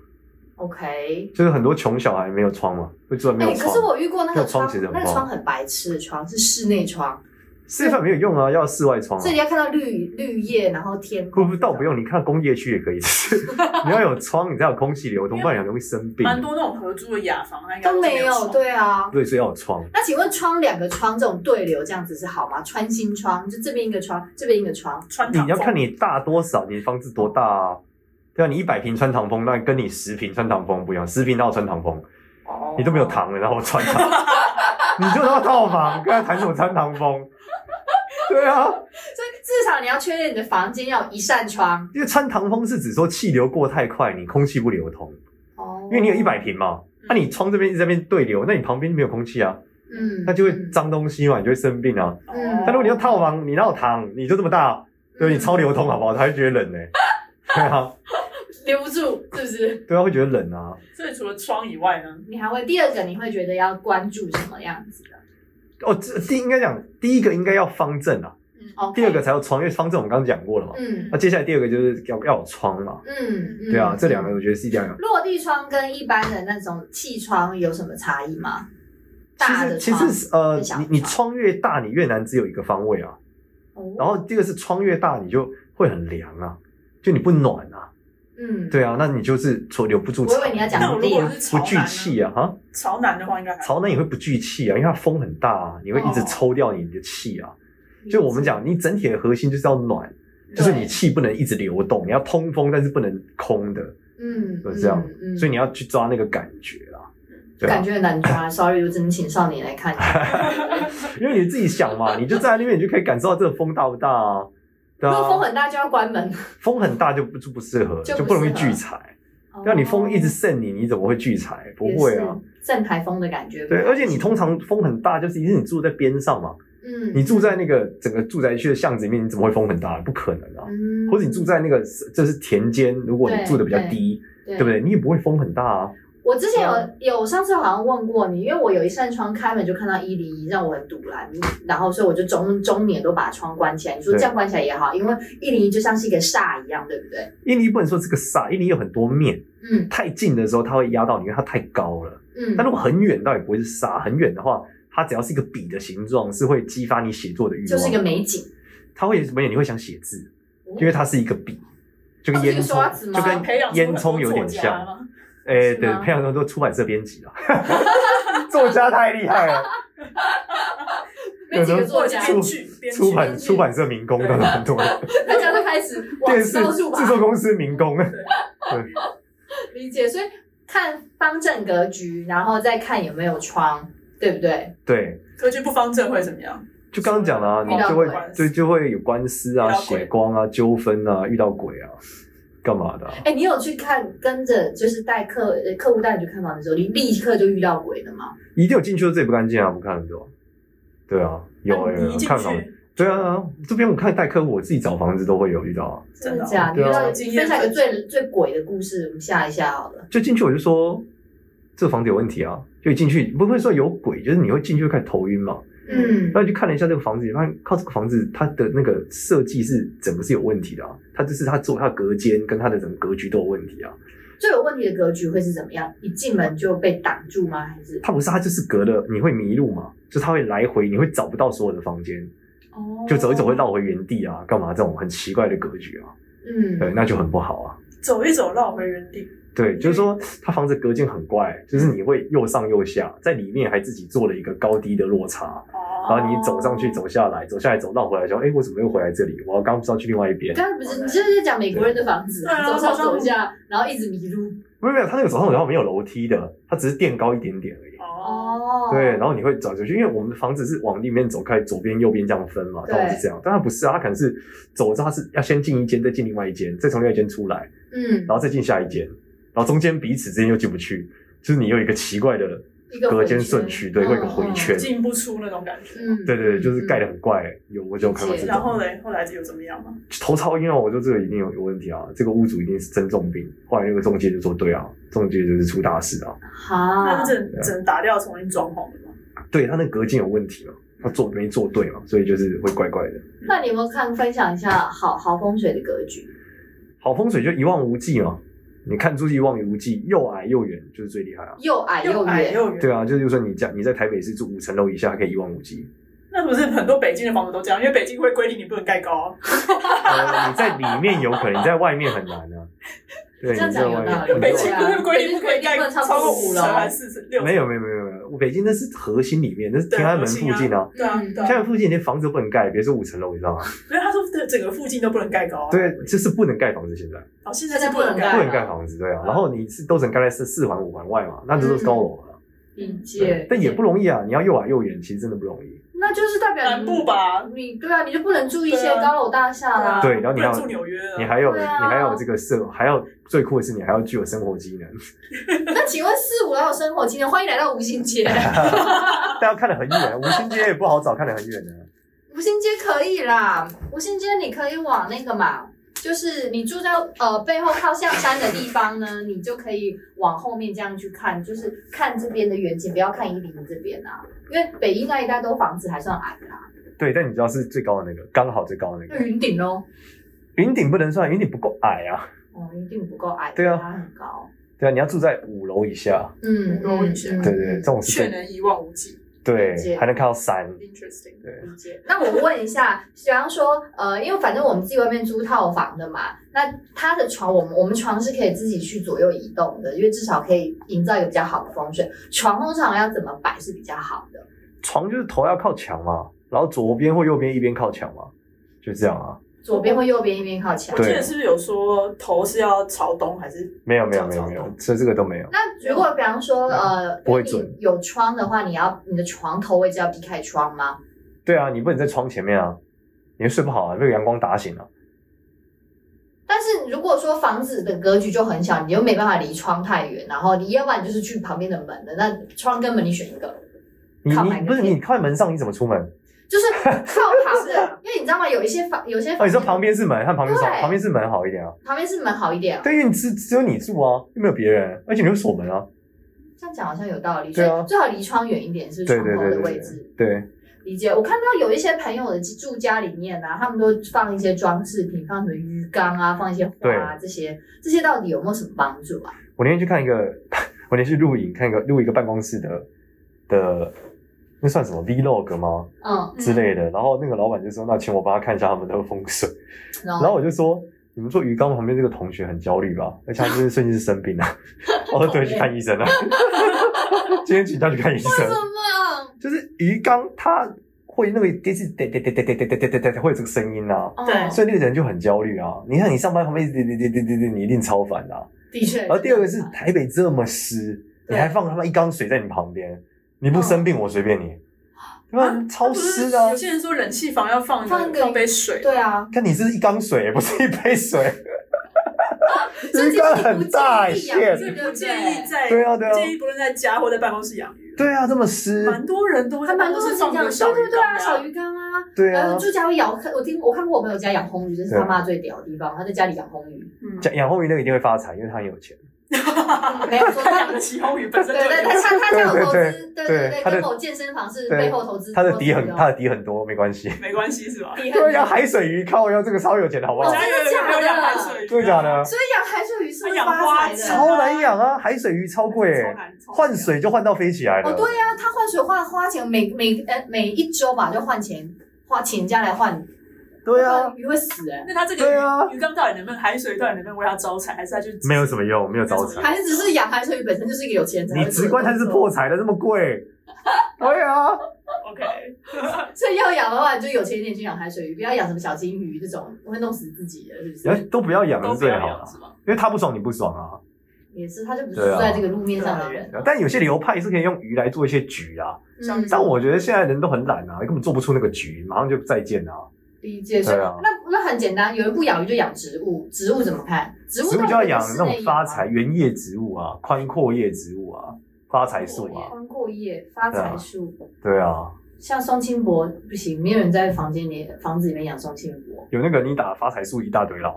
Speaker 1: ？OK。
Speaker 3: 就是很多穷小孩没有窗嘛，会住在没有
Speaker 1: 哎、
Speaker 3: 窗。
Speaker 1: 可是我遇过那
Speaker 3: 没
Speaker 1: 个
Speaker 3: 有窗
Speaker 1: 窗
Speaker 3: 其实很，
Speaker 1: 那个
Speaker 3: 棒
Speaker 1: 窗很白痴的窗，是室内窗，
Speaker 3: 示范没有用啊，要室外窗、啊
Speaker 1: 所以。你要看到绿绿叶，然后天
Speaker 3: 不
Speaker 1: 空。
Speaker 3: 不，倒不。用，你看工业区也可以，就是 你要有窗，你才有空气流通，不然很容易生病。
Speaker 2: 蛮多那种合租的雅房，它应该
Speaker 1: 都没有，
Speaker 2: 窗。
Speaker 1: 对啊。
Speaker 3: 对，所以要有窗。
Speaker 1: 那请问窗两个窗这种对流这样子是好吗？穿心窗就这边一个窗，这边一个窗，
Speaker 2: 穿
Speaker 3: 你
Speaker 2: 堂
Speaker 3: 要
Speaker 2: 风
Speaker 3: 看你大多少，你房子多大啊？对啊，你一百平穿堂风，那跟你十平穿堂风不一样，十平哪有穿堂风？
Speaker 1: 哦
Speaker 3: 你都没有堂了，然后穿堂， 你就到套房，跟他谈什么穿堂风？对啊，
Speaker 1: 所以至少你要确认你的房间要有一扇窗。
Speaker 3: 因为穿堂风是指说气流过太快，你空气不流通，
Speaker 1: 哦，
Speaker 3: 因为你有一百平嘛，
Speaker 2: 嗯
Speaker 3: 那、你窗这边一直在那边对流，那你旁边没有空气啊，
Speaker 1: 嗯，
Speaker 3: 那就会
Speaker 1: 嗯
Speaker 3: 脏东西嘛，你就会生病啊。
Speaker 1: 嗯
Speaker 3: 但如果你要套房，你哪有堂，你就这么大，对你超流通好不好？他会觉得冷呢、 对啊，
Speaker 1: 嗯留不住，是不是？
Speaker 3: 对啊，会觉得冷啊。
Speaker 2: 所以除了窗以外呢，
Speaker 1: 你还会第二个，你会觉得要关注什么样子的？
Speaker 3: 哦，这第应该讲第一个应该要方正啊，
Speaker 1: 嗯 OK
Speaker 3: 第二个才有窗，因为方正我们刚刚讲过了嘛。
Speaker 1: 嗯
Speaker 3: 那接下来第二个就是要要有窗嘛，
Speaker 1: 嗯，嗯
Speaker 3: 对啊，这两个我觉得是一定要有。
Speaker 1: 落地窗跟一般的那种气窗有什么差异吗？大的
Speaker 3: 其
Speaker 1: 窗，
Speaker 3: 实其实呃，
Speaker 1: 跟小的
Speaker 3: 你你
Speaker 1: 窗
Speaker 3: 窗越大，你越难只有一个方位啊。
Speaker 1: 哦
Speaker 3: 然后第二个是窗越大，你就会很凉啊，就你不暖啊。
Speaker 1: 嗯，
Speaker 3: 对啊，那你就是所留不住
Speaker 1: 我以
Speaker 3: 潮，
Speaker 1: 为你要讲
Speaker 2: 那我如
Speaker 1: 烈
Speaker 2: 果
Speaker 1: 啊
Speaker 2: 是
Speaker 3: 不
Speaker 2: 朝
Speaker 3: 聚
Speaker 2: 南呢
Speaker 3: 气啊，哈，
Speaker 2: 朝南的话应该还好
Speaker 3: 潮南也会不聚气啊，因为它风很大啊，你会一直
Speaker 1: 哦
Speaker 3: 抽掉你的气啊。就我们讲，你整体的核心就是要暖，就是你气不能一直流动，你要通风，但是不能空的，
Speaker 1: 嗯，
Speaker 3: 就是这样
Speaker 1: 嗯，嗯
Speaker 3: 所以你要去抓那个感觉啊。对
Speaker 1: 感
Speaker 3: 啊，
Speaker 1: 觉很难抓，sorry，我只能请少年来看。
Speaker 3: 因为你自己想嘛，你就站在那边，你就可以感受到这个风大不大啊。 对
Speaker 1: 如
Speaker 3: 啊，
Speaker 1: 果风很大就要关门，
Speaker 3: 风很大就不就不适合，
Speaker 1: 就不
Speaker 3: 就不容易
Speaker 1: 适合哦
Speaker 3: 聚财。那啊你风一直渗你，你怎么会聚财？不会啊
Speaker 1: 也。是，正台风的感觉。
Speaker 3: 对，而且你通常风很大，就是因为你住在边上嘛，
Speaker 1: 嗯，
Speaker 3: 你住在那个整个住宅区的巷子里面，你怎么会风很大？不可能啊。
Speaker 1: 嗯，
Speaker 3: 或者你住在那个就是田间，如果你
Speaker 1: 对
Speaker 3: 住的比较
Speaker 1: 对
Speaker 3: 低，
Speaker 1: 对
Speaker 3: 对不？对？你也不会风很大啊。
Speaker 1: 我之前有有上次好像问过你，因为我有一扇窗开门就看到一零一，让我很堵然，然后所以我就中中年都把窗关起来。你说
Speaker 3: 对
Speaker 1: 这样关起来也好，因为一零一就像是一个煞一样，对不对？
Speaker 3: 印尼不能说是个煞，印尼有很多面，
Speaker 1: 嗯
Speaker 3: 太近的时候它会压到你，因为它太高了。
Speaker 1: 嗯，
Speaker 3: 但如果很远，倒也不会是煞。很远的话，它只要是一个笔的形状，是会激发你写作的欲望。
Speaker 1: 就是一个美景。
Speaker 3: 它会什么？你会想写字，因为它是一个笔，就跟
Speaker 1: 哦它是一个
Speaker 3: 烟
Speaker 1: 刷
Speaker 3: 囱，
Speaker 1: 子吗
Speaker 3: 就跟
Speaker 2: 培养出
Speaker 3: 烟
Speaker 2: 很多
Speaker 3: 囱有点
Speaker 2: 作家
Speaker 3: 像。
Speaker 2: 吗
Speaker 3: 哎，
Speaker 1: 是
Speaker 3: 对
Speaker 1: 吗，
Speaker 3: 培养很多出版社编辑了， 作家太厉害了，
Speaker 1: 没几
Speaker 3: 有
Speaker 1: 个
Speaker 3: 的
Speaker 1: 作
Speaker 2: 或
Speaker 1: 家
Speaker 2: 者，
Speaker 3: 出
Speaker 2: 编剧，编剧
Speaker 3: 出版
Speaker 1: 编辑
Speaker 3: 出版社民工都 很多，
Speaker 1: 大家都开始往
Speaker 3: 电视
Speaker 1: 到处
Speaker 3: 制
Speaker 1: 吧，
Speaker 3: 作公司民工。
Speaker 1: 理解。所以看方正格局，然后再看有没有窗，对不对？
Speaker 3: 对，
Speaker 2: 格局不方正会怎么样？
Speaker 3: 就刚刚讲了啊，
Speaker 1: 遇
Speaker 3: 你
Speaker 1: 到
Speaker 3: 就会
Speaker 2: 官司
Speaker 3: 对就会有官司啊
Speaker 2: 遇、到鬼
Speaker 3: 血光啊、纠纷啊、遇到鬼啊，干嘛的啊？
Speaker 1: 哎、你有去看跟着就是带客呃客户带你去看房的时候，你立刻就遇到鬼了吗？
Speaker 3: 一定有进去的，这也不干净啊，不看很多。对啊，有
Speaker 2: 那
Speaker 3: 有
Speaker 2: 你一
Speaker 3: 有
Speaker 2: 进
Speaker 3: 看房，
Speaker 2: 去，
Speaker 3: 对啊，这边我看带客户，我自己找房子都会有遇到啊。
Speaker 1: 真的
Speaker 2: 真的哦
Speaker 1: 假的？你
Speaker 3: 对啊
Speaker 1: 遇到
Speaker 2: 经
Speaker 1: 分
Speaker 2: 验
Speaker 1: 享一个
Speaker 2: 分
Speaker 1: 最最鬼的故事，我们下一下好了。
Speaker 3: 就进去我就说这房子有问题啊，就一进去不会说有鬼，就是你会进去会开始头晕嘛。
Speaker 1: 嗯
Speaker 3: 然后就看了一下这个房子，发现靠这个房子它的那个设计是整个是有问题的啊，它就是它做它的隔间跟它的整个格局都有问题啊。
Speaker 1: 最有问题的格局会是怎么样？一进门就被挡住吗？还是
Speaker 3: 它不是它就是隔了，你会迷路嘛，就它会来回，你会找不到所有的房间，
Speaker 1: 哦
Speaker 3: 就走一走会绕回原地啊，干嘛这种很奇怪的格局啊？
Speaker 1: 嗯
Speaker 3: 对，那就很不好啊。
Speaker 2: 走一走绕回原地，
Speaker 3: 对，就是说它房子隔间很怪，就是你会右上右下，在里面还自己做了一个高低的落差。
Speaker 2: 哦，
Speaker 3: 然后你走上去，走下来，走下来，走绕回来，说，哎，我怎么又回来这里？我刚刚不知道去另外一边。
Speaker 1: 刚刚不是你就是在讲美国人的房子啊，
Speaker 2: 对
Speaker 1: 走
Speaker 2: 啊
Speaker 1: 上
Speaker 2: 好像
Speaker 1: 走下，然后一直迷路。
Speaker 3: 没有没有，它那个走上走下没有楼梯的，它只是垫高一点点而已。
Speaker 2: 哦，
Speaker 1: 哦，
Speaker 3: 对，然后你会走出去，因为我们的房子是往里面走开，左边右边这样分嘛，
Speaker 1: 对
Speaker 3: 当然是这样，但它不是啊，它可能是走着，它是要先进一间，再进另外一间，再从另外一间出来，
Speaker 1: 嗯，
Speaker 3: 然后再进下一间，然后中间彼此之间又进不去，就是你有一个奇怪的
Speaker 1: 一个
Speaker 3: 隔间
Speaker 1: 回圈
Speaker 3: 顺序，对，会有一个回
Speaker 1: 嗯嗯
Speaker 3: 圈，
Speaker 2: 进不出那种感觉。
Speaker 1: 嗯，
Speaker 3: 对对对，就是盖
Speaker 1: 的
Speaker 3: 得很怪，有我就有看到
Speaker 1: 理
Speaker 3: 这
Speaker 1: 解
Speaker 3: 种
Speaker 2: 然。后嘞，后来有怎么样吗？
Speaker 3: 头超晕啊！我说这个一定有有问题啊，这个屋主一定是真重病。后来那个中介就说，对啊，中介就是出大事啊，
Speaker 1: 好
Speaker 2: 那，就只能只能打掉重新装潢了吗？
Speaker 3: 对他那隔间有问题嘛，他做没做对嘛，所以就是会怪怪的。
Speaker 1: 那你有没有看分享一下好好风水的格局？
Speaker 3: 好风水就一望无际嘛，你看出去一望无际，又矮又远就是最厉害啊。
Speaker 1: 又矮
Speaker 2: 又矮
Speaker 1: 远，
Speaker 2: 又远，
Speaker 3: 对啊，就是说你家你在台北市住五层楼以下还可以一望无际，
Speaker 2: 那不是很多北京的房子都这样，因为北京会规定你不能盖高、啊，
Speaker 3: 呃，你在里面有可能，你在外面很难啊。对，
Speaker 1: 这样
Speaker 3: 你在
Speaker 1: 讲有
Speaker 3: 外面
Speaker 1: 道理
Speaker 3: 很
Speaker 1: 对
Speaker 2: 北
Speaker 3: 难
Speaker 1: 啊
Speaker 2: 京不会规定不可以
Speaker 1: 北京规定不
Speaker 2: 盖
Speaker 1: 能超
Speaker 2: 超
Speaker 1: 过
Speaker 2: 过
Speaker 1: 五
Speaker 2: 五
Speaker 1: 楼
Speaker 2: 层还是四层六层
Speaker 3: 没有没有没有没有，北京那是核心里面，那是
Speaker 2: 对
Speaker 3: 天安门
Speaker 2: 核心
Speaker 3: 附
Speaker 2: 啊
Speaker 3: 近啊。
Speaker 2: 对啊对
Speaker 3: 天安
Speaker 2: 啊，
Speaker 3: 门附近连房子都不能盖，别说五层楼以上啊。
Speaker 2: 因为他说这整个附近都不能盖高、啊，
Speaker 3: 对，就是不能盖房子，现在
Speaker 2: 哦，现在是不能
Speaker 1: 对啊
Speaker 3: 不
Speaker 2: 盖，
Speaker 3: 能盖房子，对啊。然后你是都只能盖在四四环五环外嘛，那这都是高楼了。
Speaker 1: 理
Speaker 3: 对
Speaker 1: 解，
Speaker 2: 嗯
Speaker 3: 但也不容易啊，你要又矮又远，其实真的不容易。
Speaker 1: 那就是代表
Speaker 2: 南
Speaker 1: 你
Speaker 2: 部吧，
Speaker 1: 你对啊，你就不能住一些
Speaker 2: 对啊
Speaker 1: 高楼大厦啦。
Speaker 3: 对然后你
Speaker 2: 不能
Speaker 3: 还有
Speaker 2: 住纽约了，
Speaker 3: 你还有
Speaker 1: 对
Speaker 3: 你
Speaker 1: 啊
Speaker 3: 还有这个社，还要最酷的是你还要具有生活机能。
Speaker 1: 那请问四五楼有生活机能，欢迎来到吴兴 街。
Speaker 3: 大家看得很远，五星街也不好找，看得很远的。啊
Speaker 1: 吴兴街可以啦，吴兴街你可以往那个嘛，就是你住在呃背后靠向山的地方呢，你就可以往后面这样去看，就是看这边的远景，不要看一零这边啊，因为北一那一带都房子还算矮啦。
Speaker 3: 对，但你知道是最高的那个，刚好最高的那
Speaker 1: 那
Speaker 3: 个。
Speaker 1: 云顶喽。
Speaker 3: 云顶不能算，云顶不够矮啊。
Speaker 1: 哦，云顶不够矮，
Speaker 3: 对啊
Speaker 1: 它很高。
Speaker 3: 对啊，你要住在五楼以下。
Speaker 1: 嗯，
Speaker 2: 多一些
Speaker 1: 嗯
Speaker 3: 对对对，这种是
Speaker 2: 却
Speaker 3: 最
Speaker 2: 能一望无际
Speaker 1: 理
Speaker 3: 对，
Speaker 1: 解
Speaker 3: 还能看到山。
Speaker 2: ，interesting。
Speaker 3: 对，
Speaker 1: 理解。那我问一下，比方说，呃，因为反正我们自己外面租套房的嘛，那他的床，我们我们床是可以自己去左右移动的，因为至少可以营造一个比较好的风水。床通常要怎么摆是比较好的？
Speaker 3: 床就是头要靠墙嘛，然后左边或右边一边靠墙嘛，就这样啊。
Speaker 1: 左边或右边一边靠墙
Speaker 2: 我。记
Speaker 3: 对
Speaker 2: 得是不是有说头是要朝东还是？
Speaker 3: 没有没有没有没有，这这个都没有。
Speaker 1: 那如果比方说，呃，
Speaker 3: 嗯不会
Speaker 1: 你
Speaker 3: 准
Speaker 1: 有窗的话，你要你的床头位置要避开窗吗？
Speaker 3: 对啊，你不能在窗前面啊，你会睡不好啊，被阳光打醒啊。
Speaker 1: 但是如果说房子的格局就很小，你又没办法离窗太远，然后你要不然就是去旁边的门了，那窗跟门你选一个。
Speaker 3: 你
Speaker 1: 靠哪
Speaker 3: 你
Speaker 1: 个
Speaker 3: 不是
Speaker 1: 边
Speaker 3: 你靠在门上，你怎么出门？
Speaker 1: 就是靠旁
Speaker 2: 是啊
Speaker 1: 边，因为你知道吗？有一些房，有些
Speaker 3: 哦，
Speaker 1: 房
Speaker 3: 你说旁边是门，和旁边是
Speaker 1: 对
Speaker 3: 旁边是门好一点啊。
Speaker 1: 旁边是门好一点、哦。
Speaker 3: 对，因为你只只有你住啊，又没有别人，而且你会锁门啊。
Speaker 1: 这样讲好像有道理，所
Speaker 3: 对啊
Speaker 1: 以最好离窗远一点，是不
Speaker 3: 对
Speaker 1: 是
Speaker 3: 对
Speaker 1: 窗口
Speaker 3: 对
Speaker 1: 的
Speaker 3: 对
Speaker 1: 位
Speaker 3: 对
Speaker 1: 置。
Speaker 3: 对，
Speaker 1: 理解。我看到有一些朋友的住家里面啊，他们都放一些装饰品，放什么鱼缸啊，放一些花啊，这些这些到底有没有什么帮助啊？
Speaker 3: 我那天去看一个， 我那天去录影看一个录一个办公室的的，那算什么 vlog 吗
Speaker 1: 嗯，
Speaker 3: 之类的？然后那个老板就说：“那请我帮他看一下他们的风水。”
Speaker 1: 然
Speaker 3: 然
Speaker 1: 后
Speaker 3: 后我就说：“你们做鱼缸旁边这个同学很焦虑吧？而且他就是最近是生病了、我说：“对，去看医生了、 今天请他去看医生。
Speaker 1: 么？
Speaker 3: 就是鱼缸它会那个就是得得得得得得得得得得会有这个声音啊。
Speaker 1: 嗯
Speaker 2: 对
Speaker 3: 所以那个人就很焦虑啊！你看你上班旁边一直滴滴滴滴滴，你一定超烦的、啊。
Speaker 1: 以的确。
Speaker 3: 然后第二个是台北这么湿，你还放他妈一缸水在你旁边，你不生病我随便你，对吧？超湿的、啊
Speaker 2: 有。些人说冷气房要放
Speaker 1: 放
Speaker 2: 放
Speaker 1: 个
Speaker 2: 放杯水，
Speaker 1: 对啊，
Speaker 3: 看你是一缸水， 不是一杯水。
Speaker 1: 所以
Speaker 3: 鱼
Speaker 1: 其实
Speaker 3: 缸
Speaker 1: 你不
Speaker 3: 很大，
Speaker 1: 建议养
Speaker 3: 线
Speaker 1: 这。
Speaker 2: 不建议在
Speaker 3: 对啊对啊
Speaker 2: 建议不论在家或在办公室养鱼。
Speaker 3: 对啊，这 么湿，
Speaker 2: 蛮多人都会
Speaker 1: 还
Speaker 2: 在
Speaker 1: 蛮
Speaker 2: 办
Speaker 1: 多
Speaker 2: 公
Speaker 1: 是
Speaker 2: 室
Speaker 1: 这
Speaker 2: 放
Speaker 1: 样，
Speaker 2: 个小
Speaker 1: 对对
Speaker 2: 鱼
Speaker 1: 对
Speaker 2: 缸
Speaker 1: 啊，
Speaker 2: 的
Speaker 1: 小鱼缸啊。
Speaker 3: 对
Speaker 1: 然
Speaker 3: 啊
Speaker 1: 后，住家会养，我听我看过我朋友家养红鱼，这是
Speaker 3: 对啊
Speaker 1: 他妈最屌的地方，他在家里养红鱼，
Speaker 2: 嗯，
Speaker 3: 讲养红鱼那个一定会发财，因为他很有钱。
Speaker 1: 没有说
Speaker 2: 他
Speaker 1: 养
Speaker 2: 养的起红鱼本身就
Speaker 1: 对对，他他他这样有投资，对
Speaker 3: 对
Speaker 1: 对，
Speaker 3: 他
Speaker 1: 跟
Speaker 3: 的
Speaker 1: 某健身房是
Speaker 3: 对
Speaker 1: 背后投资，
Speaker 3: 他的底很
Speaker 1: 投资
Speaker 3: 他
Speaker 1: 哦
Speaker 3: 的底很多，没关系。
Speaker 2: 没关系是吧？
Speaker 1: 底很
Speaker 3: 对
Speaker 1: 大。
Speaker 3: 啊，海水鱼靠要这个超有钱的好不
Speaker 2: 我
Speaker 3: 好？
Speaker 2: 家有人没有养海水鱼，啊
Speaker 3: 真的假的？
Speaker 1: 所以养海水鱼是会
Speaker 2: 他养
Speaker 1: 发
Speaker 2: 花
Speaker 1: 财
Speaker 2: 痴
Speaker 1: 的。
Speaker 3: 超难养啊，海水鱼超贵、
Speaker 2: 超
Speaker 3: 欸，
Speaker 2: 难超难
Speaker 3: 换水就换到飞起来了。
Speaker 1: 哦，对呀、他换水换花钱，每每呃每一周吧就换钱，花请人家来换。
Speaker 3: 对啊，，
Speaker 1: 鱼会死哎、
Speaker 2: 那他这
Speaker 3: 对啊
Speaker 2: 个鱼鱼缸到底能不能海水到底能不能为他招财，还是他就
Speaker 3: 没有什么用，没有招财。
Speaker 1: 还是只是养海水鱼本身就是一个有钱人才会
Speaker 3: 你
Speaker 1: 做的
Speaker 3: 直观它就是破财的，这么贵。对啊，
Speaker 2: OK？
Speaker 1: 动作，所以要养的话你就有钱一点去养海水鱼，不要养什么小金鱼这种会弄死自己的，是不
Speaker 3: 哎
Speaker 1: 是？
Speaker 3: 都不要养
Speaker 2: 都
Speaker 3: 是
Speaker 2: 不
Speaker 3: 最
Speaker 2: 要
Speaker 3: 好啊
Speaker 2: 养
Speaker 3: 的，
Speaker 2: 是吗？
Speaker 3: 因为他不爽你不爽啊。
Speaker 1: 也是，他就不是
Speaker 3: 对啊啊
Speaker 1: 住在这个路面上的人。
Speaker 3: 但有些流派是可以用鱼来做一些局啊，
Speaker 2: 像
Speaker 1: 嗯
Speaker 3: 但我觉得现在人都很懒啊，根本做不出那个局，马上就再见啊。
Speaker 1: 理解，所以
Speaker 3: 对啊，
Speaker 1: 那那很简单，有人不养鱼就养植物，植物怎么看？植物
Speaker 3: 植物就要养那种发财
Speaker 1: 财
Speaker 3: 原叶植物啊、宽阔叶植物啊、发财树啊，
Speaker 1: 光过夜发财树，
Speaker 3: 对啊，
Speaker 1: 像宋清博不行，没有人在房间里房子里面养宋清博。
Speaker 3: 有那个你打发财树一大堆啦，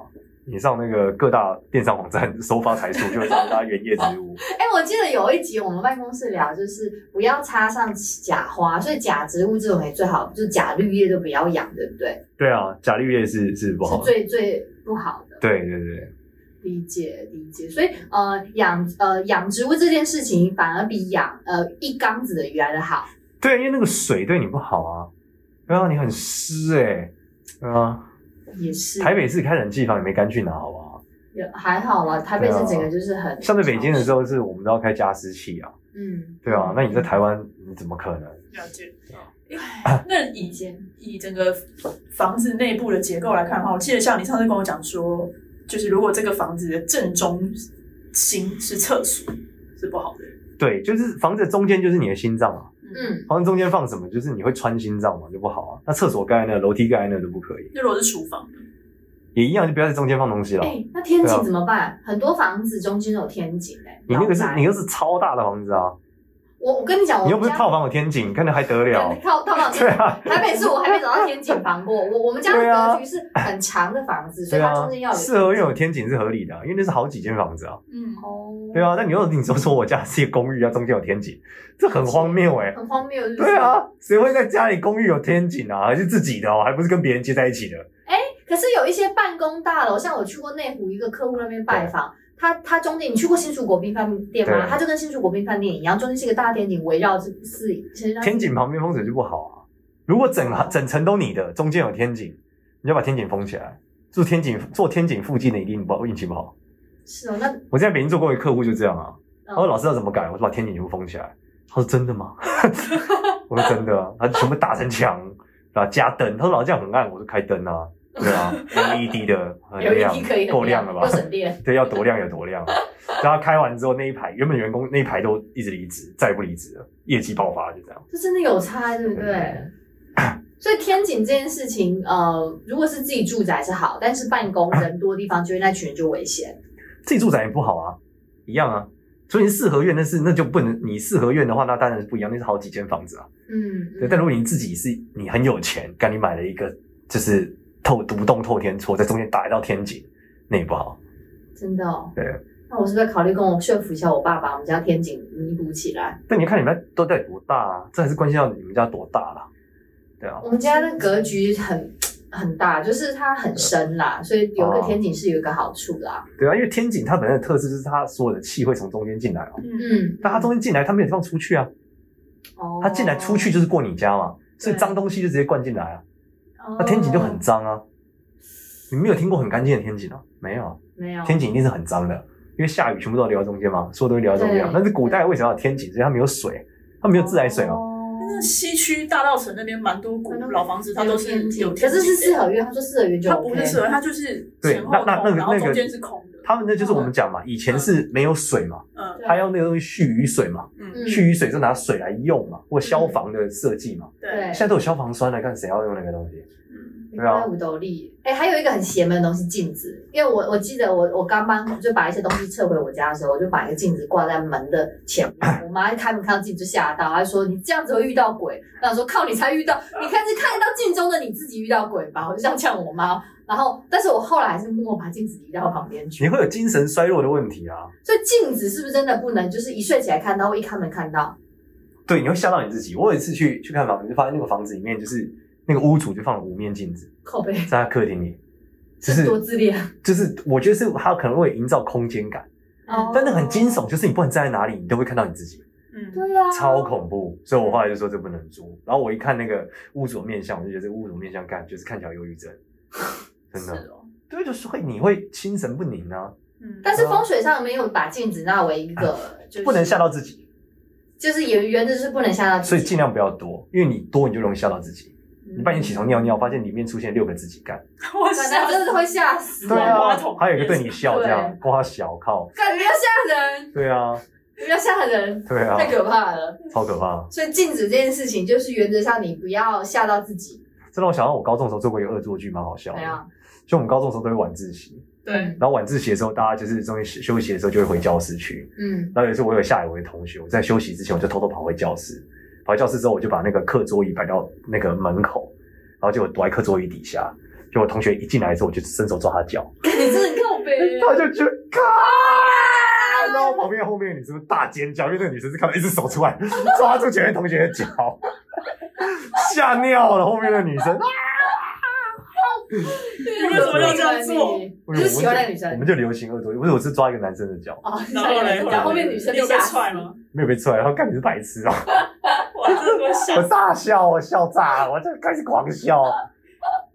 Speaker 3: 你上那个各大电商网站搜发财树，就会找到原叶植物。
Speaker 1: 哎、我记得有一集我们办公室聊，就是不要插上假花，所以假植物这种也最好，就假绿叶都不要养，对不对？
Speaker 3: 对啊，假绿叶是是不
Speaker 1: 是
Speaker 3: 好的。
Speaker 1: 最最不好的。
Speaker 3: 对对对，
Speaker 1: 理解理解，所以呃养呃养植物这件事情反而比养呃一缸子的鱼来的好。
Speaker 3: 对，因为那个水对你不好啊，对啊，你很湿哎、欸，对
Speaker 1: 嗯
Speaker 3: 啊，
Speaker 1: 也是，
Speaker 3: 台北市开冷气房也没敢去拿，好不好？
Speaker 1: 也还好啦，台北是整个就是很、
Speaker 3: 啊像在北京的时
Speaker 1: 候，
Speaker 3: 候是我们都要开加湿器啊，
Speaker 1: 嗯，
Speaker 3: 对啊，那你在台湾你怎么可能？
Speaker 2: 了解。那以前以整个房子内部的结构来看的话，我记得像你上次跟我讲说，就是如果这个房子的正中心是厕所，是不好的。
Speaker 3: 对，就是房子的中间就是你的心脏啊。
Speaker 1: 嗯，
Speaker 3: 房子中间放什么，就是你会穿心脏嘛，就不好啊。那厕所盖在那，楼梯盖在那都不可以，
Speaker 2: 那如果是厨房，
Speaker 3: 也一样，就不要在中间放东西了。
Speaker 1: 哎、那天
Speaker 3: 对
Speaker 1: 井
Speaker 3: 啊
Speaker 1: 怎么办？很多房子中间有天井哎、
Speaker 3: 你那个是
Speaker 1: 老宅
Speaker 3: 你那个是超大的房子啊，
Speaker 1: 我我跟你讲，我
Speaker 3: 你又不是
Speaker 1: 家
Speaker 3: 套房有天井，看那还得了？
Speaker 1: 套套房
Speaker 3: 对
Speaker 1: 间，
Speaker 3: 啊，
Speaker 1: 台北市我还没找到天井房过。我我们家的
Speaker 3: 对啊
Speaker 1: 格局是很长的房子，所
Speaker 3: 对
Speaker 1: 以它
Speaker 3: 啊
Speaker 1: 中间要，有
Speaker 3: 四合院有天井是合理的啊、因为那是好几间房子啊。
Speaker 2: 嗯，
Speaker 1: 哦，
Speaker 3: 对啊，那你又你说说我家是一个公寓啊，中间有天井，这很荒谬哎、
Speaker 1: 很荒谬，是不是
Speaker 3: 对。啊，谁会在家里公寓有天井啊？还是自己的哦，还不是跟别人接在一起的？
Speaker 1: 可是有一些办公大楼，像我去过内湖一个客户那边拜访，他他中间你去过新竹国宾饭店吗？
Speaker 3: 对
Speaker 1: 他就跟新竹国宾饭店一样，中间是一个大天井围绕是是是让
Speaker 3: 天井旁边风水就不好啊。如果整整层都你的，中间有天井，你就把天井封起来。住天井做天井附近的一定不好，运气不好。
Speaker 1: 是哦，那
Speaker 3: 我在北京做过一个客户就这样啊，他说
Speaker 1: 嗯
Speaker 3: 老师要怎么改？我说把天井全部封起来。他说真的吗？ 我说真的啊，他全部打成墙，然后加灯。他说老师这样很暗，我说开灯啊，对 啊，LED 的很
Speaker 1: 有一
Speaker 3: 亮
Speaker 1: 梯可以，很
Speaker 3: 够啊亮了吧
Speaker 1: 又？省电。
Speaker 3: 对，要多亮有多亮。啊然后他开完之后那一排，原本员工那一排都一直离职，再也不离职了，业绩爆发就这样。
Speaker 1: 这真的有差，对不对？
Speaker 3: 嗯
Speaker 1: 所以天井这件事情，呃，如果是自己住宅是好，但是办公人多的地方，就会那群人就危险。
Speaker 3: 自己住宅也不好啊，一样啊。所以你四合院，但是那就不能，你四合院的话，那当然是不一样，那是好几间房子啊。
Speaker 1: 嗯，
Speaker 3: 对，但如果你自己是你很有钱，干你买了一个就是透独栋透天厝，在中间打一道天井，那也不好。
Speaker 1: 真的、哦。
Speaker 3: 对。
Speaker 1: 那我是不是考虑跟我说服一下我爸爸，我们家天井弥补起来？
Speaker 3: 但你看你们家都到底多大啊？这还是关系到你们家多大啦、对啊，
Speaker 1: 我们家的格局很很大，就是它很深啦，所以有一个天井是有一个好处啦。
Speaker 3: 对啊，因为天井它本身的特质就是它所有的气会从中间进来哦，
Speaker 2: 嗯，
Speaker 1: 嗯，
Speaker 3: 但它中间进来它没有地方出去啊，
Speaker 1: 哦，
Speaker 3: 它进来出去就是过你家嘛，所以
Speaker 2: 对
Speaker 3: 脏东西就直接灌进来啊，
Speaker 1: 哦，
Speaker 3: 那天井就很脏啊。你们有听过很干净的天井啊？没有啊。
Speaker 1: 没有
Speaker 3: 天井一定是很脏的，因为下雨全部都流到中间嘛，所有东西流到中间嘛。
Speaker 1: 对
Speaker 3: 但是古代为什么要有天井？因为它没有水，它没有自来水哦
Speaker 2: 哦
Speaker 1: 哦
Speaker 3: 嘛。
Speaker 1: 嗯
Speaker 2: 那西区大道城那边蛮多古老房子，它都是有
Speaker 1: 可
Speaker 2: 天
Speaker 1: 是是
Speaker 2: 井
Speaker 1: 四
Speaker 2: 的，
Speaker 1: 合院，他说四合院就
Speaker 2: 它
Speaker 1: OK，
Speaker 2: 不是适合，它就是
Speaker 3: 对
Speaker 2: 前后
Speaker 3: 那那那
Speaker 2: 空，
Speaker 3: 个
Speaker 2: 然后
Speaker 3: 那个
Speaker 2: 中间是空的，
Speaker 3: 他们呢，就是我们讲嘛，以前是没有水嘛，
Speaker 2: 嗯
Speaker 1: 对
Speaker 3: 他要那个东西蓄雨水嘛，
Speaker 2: 嗯
Speaker 1: 嗯
Speaker 3: 蓄雨水是拿水来用嘛，或消防的设计嘛。
Speaker 1: 对
Speaker 2: 对，
Speaker 3: 现在都有消防栓来看谁要用那个东西？
Speaker 2: 嗯
Speaker 1: 没关系五斗笠。哎、还有一个很邪门的东西，镜子。因为我我记得我我刚搬就把一些东西撤回我家的时候，我就把一个镜子挂在门的前面。我妈一开门看到镜子就吓到，她说：“你这样子会遇到鬼。”我想说：“靠，你才遇到，你看是看得到镜中的你自己遇到鬼吧？”我就这样呛我妈。然后，但是我后来还是默默把镜子移到旁边去
Speaker 3: 你。会有精神衰弱的问题啊。
Speaker 1: 所以镜子是不是真的不能就是一睡起来看到，或一开门看到？
Speaker 3: 对，你会吓到你自己。我有一次去去看房子，就发现那个房子里面就是那个屋主就放了五面镜子
Speaker 1: 靠背，
Speaker 3: 在他客厅里，就
Speaker 1: 这
Speaker 3: 是
Speaker 1: 多自恋。
Speaker 3: 就是我觉得是他可能会营造空间感。
Speaker 1: 哦
Speaker 3: 但那个很惊悚，就是你不管站在哪里，你都会看到你自己，
Speaker 2: 嗯，
Speaker 1: 对啊，
Speaker 3: 超恐怖。所以我后来就说这不能租。然后我一看那个屋主的面相，我就觉得这个屋主面相看就是看起来有忧郁症，真
Speaker 2: 是
Speaker 3: 的。
Speaker 2: 哦，
Speaker 3: 对，就是会你会心神不宁啊，
Speaker 2: 嗯，
Speaker 1: 但是风水上没有把镜子纳为一个，就是
Speaker 3: 不能吓到自己，
Speaker 1: 就是也原则是不能吓到自
Speaker 3: 所以
Speaker 1: 己，
Speaker 3: 尽量不要多，因为你多你就容易吓到自己。你半夜起床尿尿，发现里面出现六个自己干，
Speaker 2: 我
Speaker 1: 嗯反正
Speaker 2: 吓
Speaker 1: 真
Speaker 2: 死
Speaker 1: 的会吓死。
Speaker 3: 对
Speaker 2: 娃
Speaker 3: 啊
Speaker 2: 娃桶，
Speaker 3: 还有一个对你笑这样，哇小靠，
Speaker 1: 感觉要吓人，
Speaker 3: 对啊，
Speaker 1: 不要吓人，
Speaker 3: 对啊，
Speaker 1: 太可怕了。
Speaker 3: 超可怕。
Speaker 1: 所以镜子这件事情，就是原则上你不要吓到自己，啊
Speaker 3: 这让我想到我高中的时候做过一个恶作剧，蛮好笑
Speaker 1: 怎
Speaker 3: 的。
Speaker 1: 样？
Speaker 3: 就我们高中的时候都会晚自习，
Speaker 2: 对，
Speaker 1: 嗯
Speaker 3: 然后晚自习的时候，大家就是中间休息的时候就会回教室去。
Speaker 1: 嗯，
Speaker 3: 然后有一次我有下一位同学，我在休息之前我就偷偷跑回教室，跑回教室之后我就把那个课桌椅摆到那个门口，然后结果躲在课桌椅底下。结果我同学一进来之后，我就伸手抓他脚，
Speaker 1: 你真的靠背
Speaker 3: 他就觉得咔，然后旁边后面的女生大尖叫，因为那个女生是看到一只手出来抓住前面同学的脚，吓尿了后面的女生。
Speaker 2: 你为什么要这样做？
Speaker 1: 你就是喜欢那个女生
Speaker 3: 我们就流行恶作剧，不是我是抓一个男生的脚，
Speaker 1: 哦，喜
Speaker 2: 然
Speaker 1: 欢
Speaker 2: 后
Speaker 1: 那个
Speaker 2: 嘞
Speaker 1: 女，生然后后面女生
Speaker 2: 你有
Speaker 1: 被
Speaker 2: 被
Speaker 1: 吓死
Speaker 2: 踹？吗？
Speaker 3: 没有被出来，然后干你是白痴啊！
Speaker 2: 哇，真的会吓
Speaker 3: 我大笑，我笑炸了，我就开始狂笑。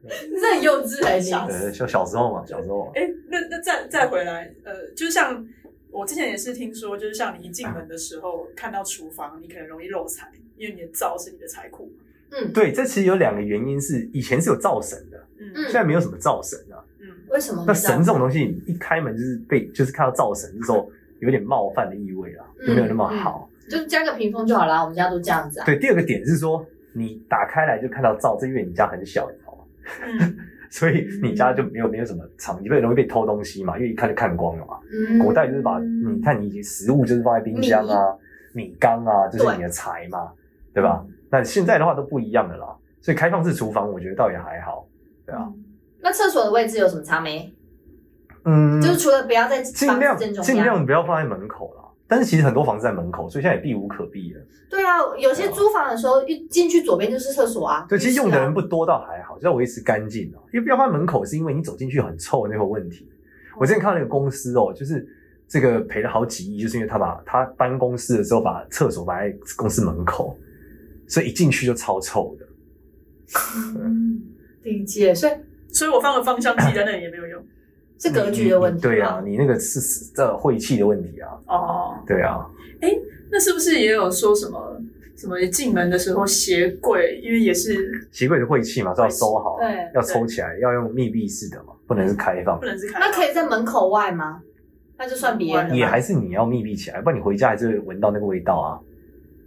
Speaker 1: 你真的很幼稚哎，你
Speaker 2: 吓死
Speaker 3: 呃，小小时候嘛，小时候嘛，
Speaker 2: 哎、那那再再回来，呃，就像我之前也是听说，就是像你一进门的时候看到厨房，你可能容易漏财，因为你的灶是你的财库嘛。
Speaker 3: 对，这其实有两个原因是，以前是有灶神的，
Speaker 1: 嗯
Speaker 2: 嗯
Speaker 3: 现在没有什么灶神啊。
Speaker 2: 嗯，
Speaker 1: 为什么？
Speaker 3: 那神这种东西，你一开门就是被，就是看到灶神的时候，有点冒犯的意味啊，
Speaker 1: 嗯
Speaker 3: 就没有那么好。
Speaker 1: 就是加个屏风就好啦，我们家都这样子啊。
Speaker 3: 对，第二个点是说，你打开来就看到灶，是因为你家很小，你知道吗？
Speaker 2: 嗯，
Speaker 3: 所以你家就没有没有什么藏，你被容易被偷东西嘛，因为一看就看光了嘛。
Speaker 1: 嗯
Speaker 3: 古代就是把你看你食物就是放在冰箱啊，米缸啊，这是你的财嘛，对吧？那现在的话都不一样的啦，所以开放式厨房我觉得倒也还好，对啊，
Speaker 1: 那厕所的位置有什么差没？
Speaker 3: 嗯，
Speaker 1: 就是除了不要在
Speaker 3: 尽量
Speaker 1: 房子正中
Speaker 3: 尽
Speaker 1: 央，
Speaker 3: 量不要放在门口啦。但是其实很多房子在门口，所以现在也避无可避了。
Speaker 1: 对啊，有些租房的时候一进去左边就是厕所啊，
Speaker 3: 对，其实用的人
Speaker 1: 不
Speaker 3: 不多，倒还好，就要维持干净哦。因为不要放在门口，是因为你走进去很臭那个问题。
Speaker 1: 哦
Speaker 3: 我之前看到那个公司哦，就是这个赔了好几亿，就是因为他把他搬公司的时候把厕所摆在公司门口，所以一进去就超臭的。
Speaker 1: 理解，所以
Speaker 2: 所以我放个芳香剂在那里也没有用。
Speaker 1: 是格局的问题
Speaker 3: 你
Speaker 1: 吗。
Speaker 3: 对啊，你那个是是这晦气的问题啊，
Speaker 2: 哦，
Speaker 3: 对啊，
Speaker 2: 那是不是也有说什么什么进门的时候鞋柜，因为也是
Speaker 3: 鞋柜的晦气嘛，是要收好啊，
Speaker 1: 对
Speaker 3: 要抽起来，要用密闭式的嘛，不能是开放
Speaker 2: 嗯不。能是开
Speaker 1: 那可以在门口外吗？那就算别人的
Speaker 3: 也
Speaker 1: 嘛。
Speaker 3: 还是你要密闭起来，不然你回家还是会闻到那个味道啊。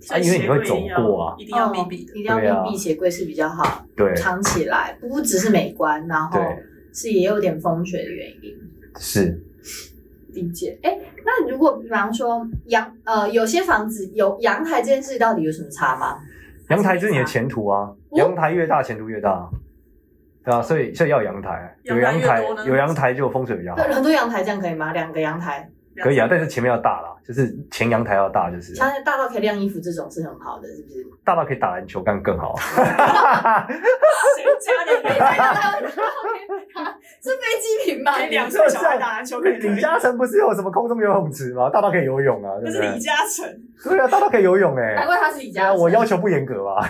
Speaker 2: 所以
Speaker 3: 啊因为你会
Speaker 2: 鞋柜一定要
Speaker 3: 走过啊
Speaker 2: 一定要密
Speaker 1: 哦
Speaker 2: 闭的。
Speaker 1: 一定要
Speaker 3: 对啊
Speaker 1: 密闭鞋柜是比较好，
Speaker 3: 对啊
Speaker 1: 藏起来，不只是美观，然后
Speaker 3: 对，
Speaker 2: 哦
Speaker 1: 是也有点风水的原因。
Speaker 3: 是。
Speaker 1: 理解，哎，那如果比方说阳呃，有些房子有阳台这件事，到底有什么差吗？
Speaker 3: 阳台就是你的前途啊，
Speaker 1: 哦
Speaker 3: 阳台越大前途越大，啊对啊，所以所以要有阳台，有阳
Speaker 2: 阳
Speaker 3: 台
Speaker 2: 台越多呢
Speaker 3: 有阳台就风水比较好，
Speaker 1: 对，很多阳台这样可以吗？两个阳台，
Speaker 3: 可以啊，但是前面要大啦，就是前阳台要大，就是
Speaker 1: 像大到可以晾衣服这种是很好的，是不是？
Speaker 3: 大到可以打篮球干更好，
Speaker 2: 谁家里可以开
Speaker 1: 大
Speaker 2: 两
Speaker 1: 到是飞机坪吧？
Speaker 2: 可以两岁小孩打篮球可以？
Speaker 3: 啊李嘉诚不是有什么空中游泳池吗？大到可以游泳啊，
Speaker 2: 那
Speaker 3: 对不
Speaker 2: 是李
Speaker 3: 对？
Speaker 2: 嘉诚，
Speaker 3: 对啊，大到可以游泳哎、
Speaker 1: 难怪他是李
Speaker 3: 对啊，
Speaker 1: 嘉诚。
Speaker 3: 我要求不严格啊吧？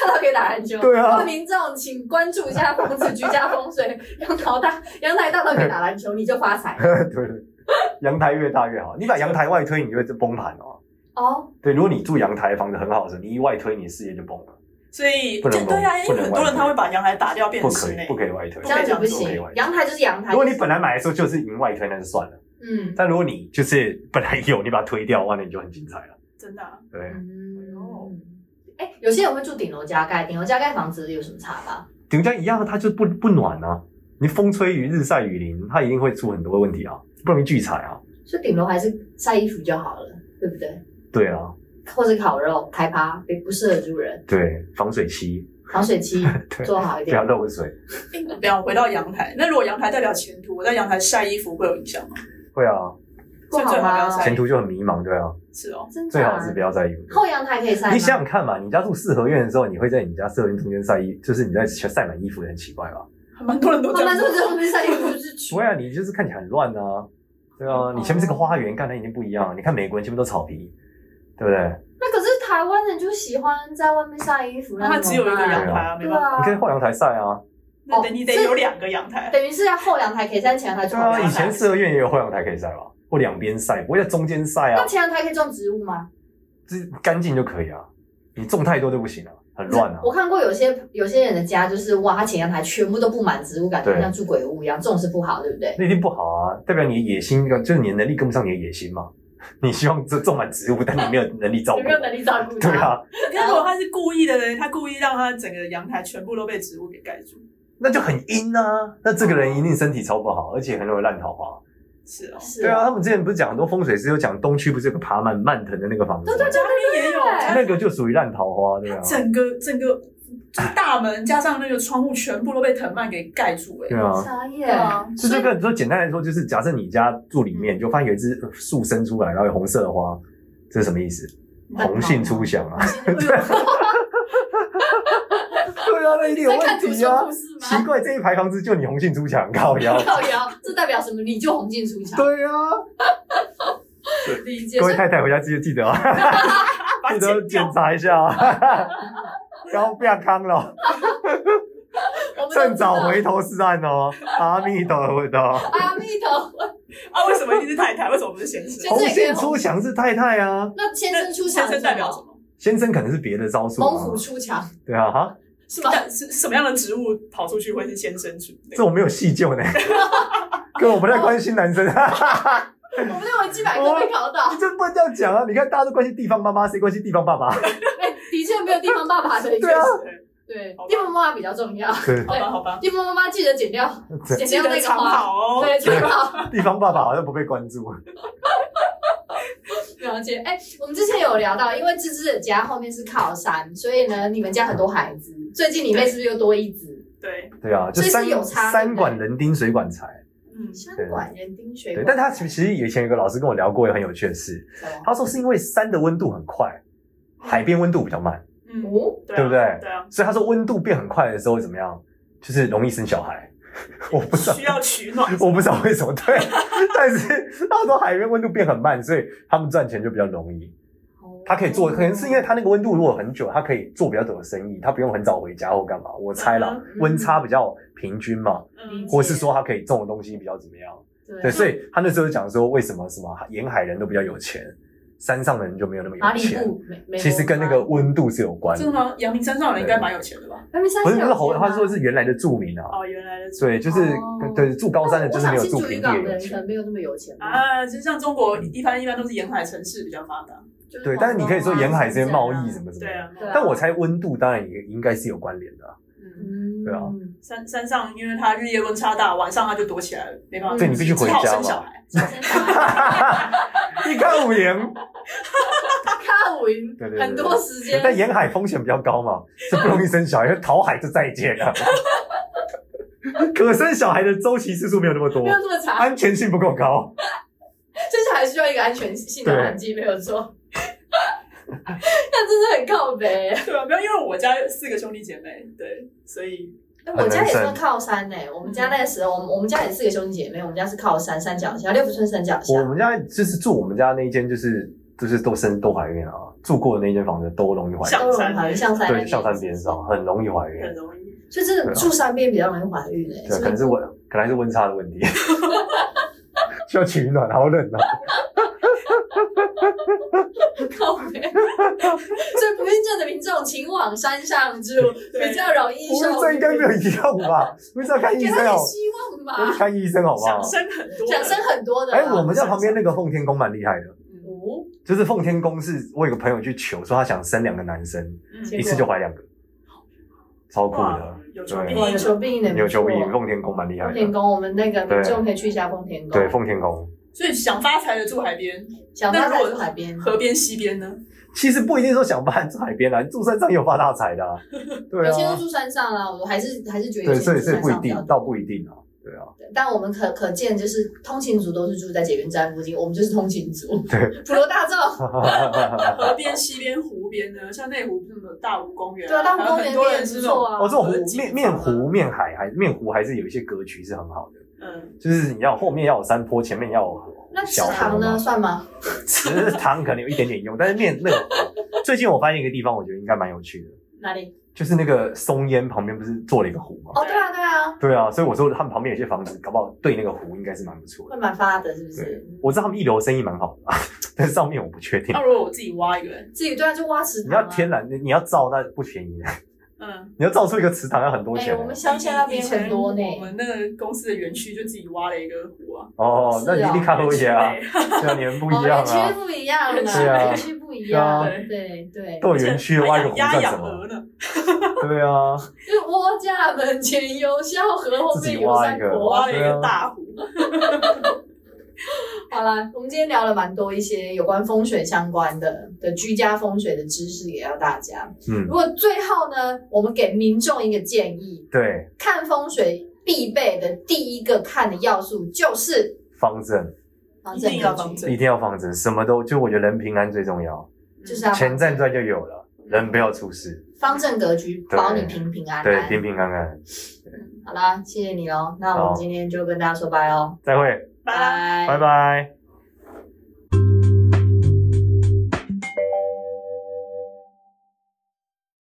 Speaker 1: 大到可以打篮球。
Speaker 3: 对啊
Speaker 1: 各位民众请关注一下房子居家风水，阳台 大阳台大到可以打篮球，你就发 财
Speaker 3: 对对，对阳台越大越好，你把阳台外推，你就会崩盘哦。
Speaker 1: 哦。
Speaker 3: 对，如果你住阳台房子很好的时候，你一外推，你事业就崩了，
Speaker 2: 所以
Speaker 3: 不能
Speaker 2: 就对啊，因
Speaker 3: 不
Speaker 2: 为
Speaker 3: 能
Speaker 2: 很多人
Speaker 3: 外
Speaker 2: 他会把阳台打掉变
Speaker 3: 不
Speaker 2: 成
Speaker 3: 可
Speaker 2: 室
Speaker 3: 以
Speaker 2: 内，
Speaker 3: 欸不可以外推
Speaker 1: 这。样子不
Speaker 3: 不可以
Speaker 1: 行
Speaker 3: 玩，
Speaker 1: 阳台就是阳台。
Speaker 3: 如果你本来买的时候就是赢外推，那就算了。
Speaker 1: 嗯
Speaker 3: 但如果你就是本来有，你把它推掉，哇，那你就很精彩了。
Speaker 2: 真的啊。
Speaker 3: 对，
Speaker 1: 嗯，哎、有些人会住顶楼加盖，顶楼加盖房子有什么差吗？
Speaker 3: 顶家一样，它就不不暖啊。你风吹雨日晒雨淋，它一定会出很多问题啊，不容易聚财啊。
Speaker 1: 所以顶楼还是晒衣服就好了，对不对？
Speaker 3: 对啊，
Speaker 1: 或者烤肉、开趴，也不适合住人。
Speaker 3: 对，防水漆
Speaker 1: 防水漆
Speaker 3: 对
Speaker 1: 做好一
Speaker 3: 不
Speaker 1: 点
Speaker 3: 要，漏水。
Speaker 2: 哎，等一下我回到阳台，那如果阳台代表前途，我在阳台晒衣服会有影响吗？
Speaker 3: 会啊，
Speaker 1: 不好
Speaker 2: 所以最好不
Speaker 1: 吗
Speaker 2: 要？晒
Speaker 3: 前途就很迷茫，对啊，
Speaker 2: 是哦，
Speaker 1: 真的
Speaker 3: 最好
Speaker 1: 啊、
Speaker 3: 是不要在意。
Speaker 1: 后阳台可以晒吗？
Speaker 3: 你想想看嘛，你家住四合院的时候，你会在你家四合院中间晒衣，就是你在晒满衣服，很奇怪吧？
Speaker 2: 还蛮多人都
Speaker 1: 我
Speaker 2: 这样
Speaker 1: 们
Speaker 2: 做
Speaker 1: 住。哦这种晒衣服是
Speaker 3: 不会啊，你就是看起来很乱啊，对啊，
Speaker 1: 哦
Speaker 3: 你前面是个花园，看它已经不一样了。你看美国人前面都草皮，对不对？
Speaker 1: 那可是台湾人就喜欢在外面晒衣服，
Speaker 2: 那它
Speaker 1: 怎么
Speaker 2: 只有一个
Speaker 1: 办
Speaker 2: 阳台啊，没
Speaker 1: 对
Speaker 2: 办法，
Speaker 1: 啊
Speaker 3: 你可以，后阳台晒啊。
Speaker 2: 那得你得有两个阳台。
Speaker 1: 等于是要后阳台可以晒，前阳台
Speaker 3: 对
Speaker 1: 种不
Speaker 3: 啊，
Speaker 1: 了
Speaker 3: 以
Speaker 1: 晒
Speaker 3: 前四合院也有后阳台可以晒吧，或两边晒，不会在中间晒啊
Speaker 1: 那，前阳台可以种植物吗？
Speaker 3: 这干净就可以啊。你种太多就不行啊，很乱啊。
Speaker 1: 我看过有些有些人的家就是哇，他前阳台全部都布满植物，感觉
Speaker 3: 对
Speaker 1: 像住鬼屋一样，这种是不好，对不对？
Speaker 3: 那一定不好啊，代表你的野心，就是你的能力跟不上你的野心嘛。 你希望这种满植物，但你没有能力照
Speaker 1: 有
Speaker 3: 顾
Speaker 1: 没。有能力照顾
Speaker 3: 对
Speaker 1: 他？
Speaker 3: 啊，
Speaker 2: 那如果他是故意的呢？他故意让他整个阳台全部都被植物给盖住。
Speaker 3: 那就很阴啊。那这个人一定身体超不好，而且很容易烂桃花。
Speaker 2: 是哦，
Speaker 1: 哦是
Speaker 3: 对啊，他们之前不是讲很多风水师有讲东区不是有个爬满蔓藤的那个房子吗？
Speaker 1: 对啊
Speaker 2: 家里也有，家
Speaker 3: 那个就属于烂桃 花，对啊。
Speaker 2: 整个整个就大门加上那个窗户全部都被藤蔓给盖住哎、
Speaker 3: 对啊，
Speaker 1: 啥耶
Speaker 2: 对？啊，
Speaker 3: 就这个，说简单来说，就是假设你家住里
Speaker 1: 嗯
Speaker 3: 面，就发现有一只呃树伸出来，然后有红色的花，这是什么意思？
Speaker 1: 烂桃花
Speaker 3: 红杏出墙 啊！
Speaker 2: 哎呦
Speaker 3: 对啊，那一定有
Speaker 1: 在看
Speaker 3: 问
Speaker 1: 图
Speaker 3: 题
Speaker 1: 说
Speaker 3: 啊
Speaker 1: 故！事
Speaker 3: 奇
Speaker 1: 吗？
Speaker 3: 怪，这一排房子就你红杏出墙，靠腰。
Speaker 1: 靠腰，这代表什么？你就红进出墙，
Speaker 3: 对啊，
Speaker 1: 理解。
Speaker 3: 各
Speaker 1: 所
Speaker 3: 位
Speaker 1: 以
Speaker 3: 太太回家记得记得啊，
Speaker 2: 把它
Speaker 3: 记得
Speaker 2: 剪
Speaker 3: 检
Speaker 2: 掉，
Speaker 3: 查一 下啊。高不要康了，
Speaker 1: 我们都
Speaker 3: 趁
Speaker 1: 知道
Speaker 3: 早回头是岸 哦。阿弥陀佛，
Speaker 1: 阿弥陀佛。
Speaker 2: 啊，为什么一定是太太？为什么不是先生？
Speaker 1: 先
Speaker 3: 红
Speaker 1: 生也可以
Speaker 3: 杏出墙是太太啊，
Speaker 1: 那先生出
Speaker 2: 先
Speaker 1: 墙
Speaker 2: 生代表什么？
Speaker 3: 先生可能是别的招
Speaker 1: 是
Speaker 3: 数
Speaker 1: 吗
Speaker 3: 啊。
Speaker 1: 猛虎出墙
Speaker 3: 对啊，哈，
Speaker 1: 是吧？
Speaker 2: 但是什么样的植物跑出去会是先生去？
Speaker 3: 这我没有细 究呢，哥，我不太关心男生。啊
Speaker 1: 我们那文基百科被考到，
Speaker 2: 哦
Speaker 3: 你这不能这样讲啊！你看，大家都关心地方妈妈，谁关心地方 爸爸？
Speaker 1: 哎，的确没有地方爸爸的一个
Speaker 3: 对啊
Speaker 1: 对
Speaker 2: 好吧，
Speaker 1: 地方妈妈比较重
Speaker 2: 哦
Speaker 1: 要。
Speaker 3: 对，
Speaker 2: 好吧，好吧，
Speaker 1: 地方妈妈记得剪掉，
Speaker 3: 对
Speaker 1: 剪
Speaker 2: 记
Speaker 1: 掉那
Speaker 2: 得
Speaker 1: 个
Speaker 2: 藏
Speaker 1: 花，
Speaker 2: 好哦。
Speaker 3: 啊
Speaker 1: 对，藏好。
Speaker 3: 地方爸爸好像不被关注。
Speaker 1: 了解。哎、我们之前有聊到，因为芝芝的家后面是靠山，所以呢，你们家很多孩子。最近你妹是不是又多一子？
Speaker 2: 对，
Speaker 3: 对啊，
Speaker 1: 所
Speaker 3: 就
Speaker 1: 以是
Speaker 3: 三
Speaker 1: 有差对
Speaker 3: 三
Speaker 1: 不对
Speaker 3: 管人丁水管财。
Speaker 2: 嗯，
Speaker 1: 山管人丁水
Speaker 3: 对
Speaker 1: 管，，
Speaker 3: 但他其实以前有个老师跟我聊过一个很有趣的事，
Speaker 1: 什么
Speaker 3: 他说是因为山的温度很快，海边温度比较慢，
Speaker 2: 嗯，
Speaker 1: 哦，
Speaker 2: 对啊
Speaker 3: 对不对
Speaker 2: 对啊，
Speaker 3: 所以他说温度变很快的时候怎么样，就是容易生小孩。 我不知道
Speaker 2: 需要取暖。
Speaker 3: 我不知道为什么对， 但是澳洲海边温度变很慢，所以他们赚钱就比较容易。他可以做，可能是因为他那个温度如果很久，他可以做比较久的生意，他不用很早回家或干嘛。我猜
Speaker 1: 嗯
Speaker 3: 啦，温差比较平均嘛，
Speaker 2: 嗯，
Speaker 3: 或是说他可以种的东西比较怎么样？对，
Speaker 1: 对，
Speaker 3: 所以他那时候讲说，为什么什么沿海人都比较有钱，山上的人就没有那么
Speaker 1: 马
Speaker 3: 有
Speaker 1: 里
Speaker 3: 钱？
Speaker 1: 布美美国
Speaker 3: 其实跟那个温度是有关
Speaker 2: 真的
Speaker 3: 的，
Speaker 2: 吗？阳明山上的人应该蛮有钱的吧？
Speaker 1: 那边山
Speaker 3: 不是那
Speaker 1: 有
Speaker 3: 个猴，
Speaker 1: 钱
Speaker 3: 他
Speaker 1: 吗
Speaker 3: 说是原来的住民啊，
Speaker 2: 哦，原来的
Speaker 3: 对，就是
Speaker 1: 哦
Speaker 3: 对住高山的
Speaker 1: 我
Speaker 3: 就是
Speaker 1: 想
Speaker 3: 没有
Speaker 1: 新
Speaker 3: 住
Speaker 1: 竹渔
Speaker 3: 平
Speaker 1: 港
Speaker 3: 地
Speaker 1: 的
Speaker 3: 的有
Speaker 1: 人可
Speaker 3: 钱。
Speaker 1: 能没有那么有钱吧，
Speaker 2: 啊，就像中国一般一般都是沿海城市比较发达，
Speaker 1: 就是
Speaker 3: 对，
Speaker 1: 广
Speaker 3: 但是你可以说
Speaker 1: 东啊
Speaker 3: 沿海之间
Speaker 1: 深圳
Speaker 3: 贸
Speaker 1: 啊
Speaker 3: 易什么什么
Speaker 2: 对
Speaker 3: 的，
Speaker 2: 啊，
Speaker 1: 对啊
Speaker 3: 但我猜温度当然也应该是有关联的啊。
Speaker 2: 嗯，
Speaker 1: 嗯，
Speaker 3: 对啊
Speaker 2: 山山上因为它日夜温差大，晚上它就躲起来了，没办法，
Speaker 1: 对你
Speaker 3: 必须回
Speaker 2: 只好
Speaker 3: 家
Speaker 2: 生
Speaker 3: 嘛
Speaker 2: 小孩，
Speaker 3: 一干五盐，
Speaker 1: 看云
Speaker 3: 对对对
Speaker 1: 很多时间，
Speaker 3: 但沿海风险比较高嘛，是不容易生小孩，因为讨海就再见了。 可生小孩的周期次数没有那么多
Speaker 1: 没，有这么长，
Speaker 3: 安全性不够高。
Speaker 1: 就是还需要一个安全性的环境，没有 错。但真的很靠北，哎、
Speaker 2: 对啊，没有，因为我家有四个兄弟姐妹，对，所以
Speaker 1: 我家也算靠山哎、我们
Speaker 3: 嗯
Speaker 1: 家那个时候，我们我们家也是四个兄弟姐妹，我们家是靠山山脚下，六福村山脚下
Speaker 3: 我。们家就是住我们家那一间，就是就是都生都怀孕啊，住过的那间房子都容易怀
Speaker 2: 像
Speaker 3: 孕，
Speaker 1: 都容易像山那
Speaker 3: 对，
Speaker 1: 边
Speaker 3: 象山边上，很容易怀孕。
Speaker 2: 很容易。
Speaker 1: 所以真的住山边比较容易怀孕哎、
Speaker 3: 对，啊
Speaker 1: 不
Speaker 3: 可能是温，可能还是温差的问题。 需要取暖，好冷啊！
Speaker 1: 靠北。 所以不孕症的民众，请往山上住，
Speaker 2: 对
Speaker 1: 比较容易
Speaker 3: 不
Speaker 1: 受
Speaker 3: 是这应该没有用吧？不是要看医
Speaker 1: 给
Speaker 3: 生
Speaker 1: 他
Speaker 3: 哦
Speaker 1: 点，希望
Speaker 3: 我去
Speaker 1: 吧。
Speaker 3: 看医生好不好
Speaker 2: 想？生很多人，
Speaker 1: 想生啊很多的啦，
Speaker 3: 哎，我们家旁边那个奉天宫蛮厉害的，
Speaker 2: 嗯，
Speaker 1: 哦，
Speaker 3: 就是奉天宫是我有个朋友去求说他想生两个男生，
Speaker 1: 结
Speaker 3: 一
Speaker 1: 果
Speaker 3: 次就怀两个，超酷
Speaker 2: 哇
Speaker 3: 的。，
Speaker 2: 有求必
Speaker 1: 哇有
Speaker 2: 应，
Speaker 1: 求必应的，
Speaker 3: 有求必
Speaker 1: 没
Speaker 3: 应，
Speaker 1: 错
Speaker 3: 奉天宫蛮厉害
Speaker 1: 丰田
Speaker 3: 的。
Speaker 1: 宫，我们那个民
Speaker 3: 对
Speaker 1: 众可以去一下丰田宫。
Speaker 3: 对，，奉天宫
Speaker 2: 所以想发财的住海边，
Speaker 1: 想到
Speaker 2: 那如
Speaker 1: 在
Speaker 2: 果
Speaker 1: 住海边，
Speaker 2: 河边、西边呢？
Speaker 3: 其实不一定说想办哎住海边啦，住山上也有发大 财的啊。对
Speaker 1: 有些都
Speaker 3: 啊，
Speaker 1: 住山上啦，我还是还是觉得有
Speaker 3: 对，
Speaker 1: 些
Speaker 3: 所以
Speaker 1: 人住
Speaker 3: 所
Speaker 1: 山
Speaker 3: 以不一
Speaker 1: 上比较
Speaker 3: 定，
Speaker 1: 多。
Speaker 3: 倒不一定啊。对 啊，
Speaker 1: 但我们可可见，就是通勤族都是住在捷运站附近，我们就是通勤族，
Speaker 3: 对，
Speaker 1: 普罗 大众。
Speaker 2: 河边、西边、湖边呢？像内湖这么大湖公园、
Speaker 1: 对啊，当
Speaker 2: 还有
Speaker 1: 公
Speaker 2: 很
Speaker 1: 园
Speaker 2: 多
Speaker 1: 也
Speaker 2: 人
Speaker 1: 不
Speaker 2: 是那
Speaker 1: 错
Speaker 2: 种，
Speaker 1: 啊。
Speaker 3: 哦，这种
Speaker 2: 河
Speaker 3: 湖
Speaker 2: 景
Speaker 3: 面面
Speaker 2: 房啊
Speaker 3: 湖面海还面湖还是有一些格局是很好的，
Speaker 2: 嗯，
Speaker 3: 就是你要后面要有山坡，前面要有湖
Speaker 1: 那池
Speaker 3: 小
Speaker 1: 塘
Speaker 3: 河嘛
Speaker 1: 呢，算吗？
Speaker 3: 只是糖可能有一点点用，但是面那个最近我发现一个地方，我觉得应该蛮有趣的，
Speaker 1: 哪里？
Speaker 3: 就是那个松烟旁边不是做了一个湖吗？
Speaker 1: 哦，对啊，对啊，
Speaker 3: 对啊，所以我说他们旁边有些房子，搞不好对那个湖应该是蛮不错的。
Speaker 1: 会蛮发的，是不是
Speaker 3: 对？，我知道他们一楼生意蛮好的，但是上面我不确 定
Speaker 2: 那。如果我自己挖一个，
Speaker 1: 自己对啊，就挖池
Speaker 3: 你
Speaker 1: 塘啊。
Speaker 3: 要天然，你你要造那不便宜的，
Speaker 2: 嗯，
Speaker 3: 你要造出一个池塘要很多
Speaker 1: 哎，
Speaker 3: 钱
Speaker 1: 我们乡下那边很多呢
Speaker 2: 以。前我们那个公司的园区就自己挖了一个湖啊，
Speaker 3: 哦。那你一定看
Speaker 2: 园
Speaker 3: 多一
Speaker 2: 区
Speaker 3: 些啊，
Speaker 2: 内
Speaker 3: 对啊，你们不
Speaker 1: 哦，
Speaker 3: 一样
Speaker 1: 园区不
Speaker 3: 啊。
Speaker 1: 一样啦，
Speaker 2: 对
Speaker 3: 啊
Speaker 1: 园区不一样
Speaker 2: 对啊，
Speaker 1: 对对。
Speaker 3: 都有园区挖一个湖
Speaker 2: 还养鸭
Speaker 3: 算什
Speaker 2: 养鹅
Speaker 3: 么？
Speaker 2: 呢？
Speaker 3: 对啊，
Speaker 1: 就是窝架门前有小河，后
Speaker 3: 自己
Speaker 1: 面有
Speaker 3: 挖一
Speaker 1: 山
Speaker 3: 个
Speaker 1: 坡。
Speaker 2: 挖了一个大湖，
Speaker 1: 好啦，我们今天聊了蛮多一些有关风水相关的的居家风水的知识，给到大家。
Speaker 3: 嗯
Speaker 1: 如，果最后呢，我们给民众一个建议，
Speaker 3: 对，
Speaker 1: 看风水必备的第一个看的要素就是
Speaker 3: 方正
Speaker 1: 防震
Speaker 2: 一定要
Speaker 1: 格
Speaker 2: 防
Speaker 1: 局，
Speaker 2: 震
Speaker 3: 一定要方正，什么都就我觉得人平安最重要。
Speaker 1: 就是要啊
Speaker 3: 钱赚赚就有了，人不要出事，
Speaker 1: 方正格局，
Speaker 3: 对
Speaker 1: 保你平平安
Speaker 3: 对，
Speaker 1: 安。
Speaker 3: 平平安安，
Speaker 1: 好啦，谢谢你喽，那我
Speaker 3: 好
Speaker 1: 们今天就跟大家说拜喽，哦
Speaker 3: 再会，
Speaker 2: 拜拜。
Speaker 3: 拜拜。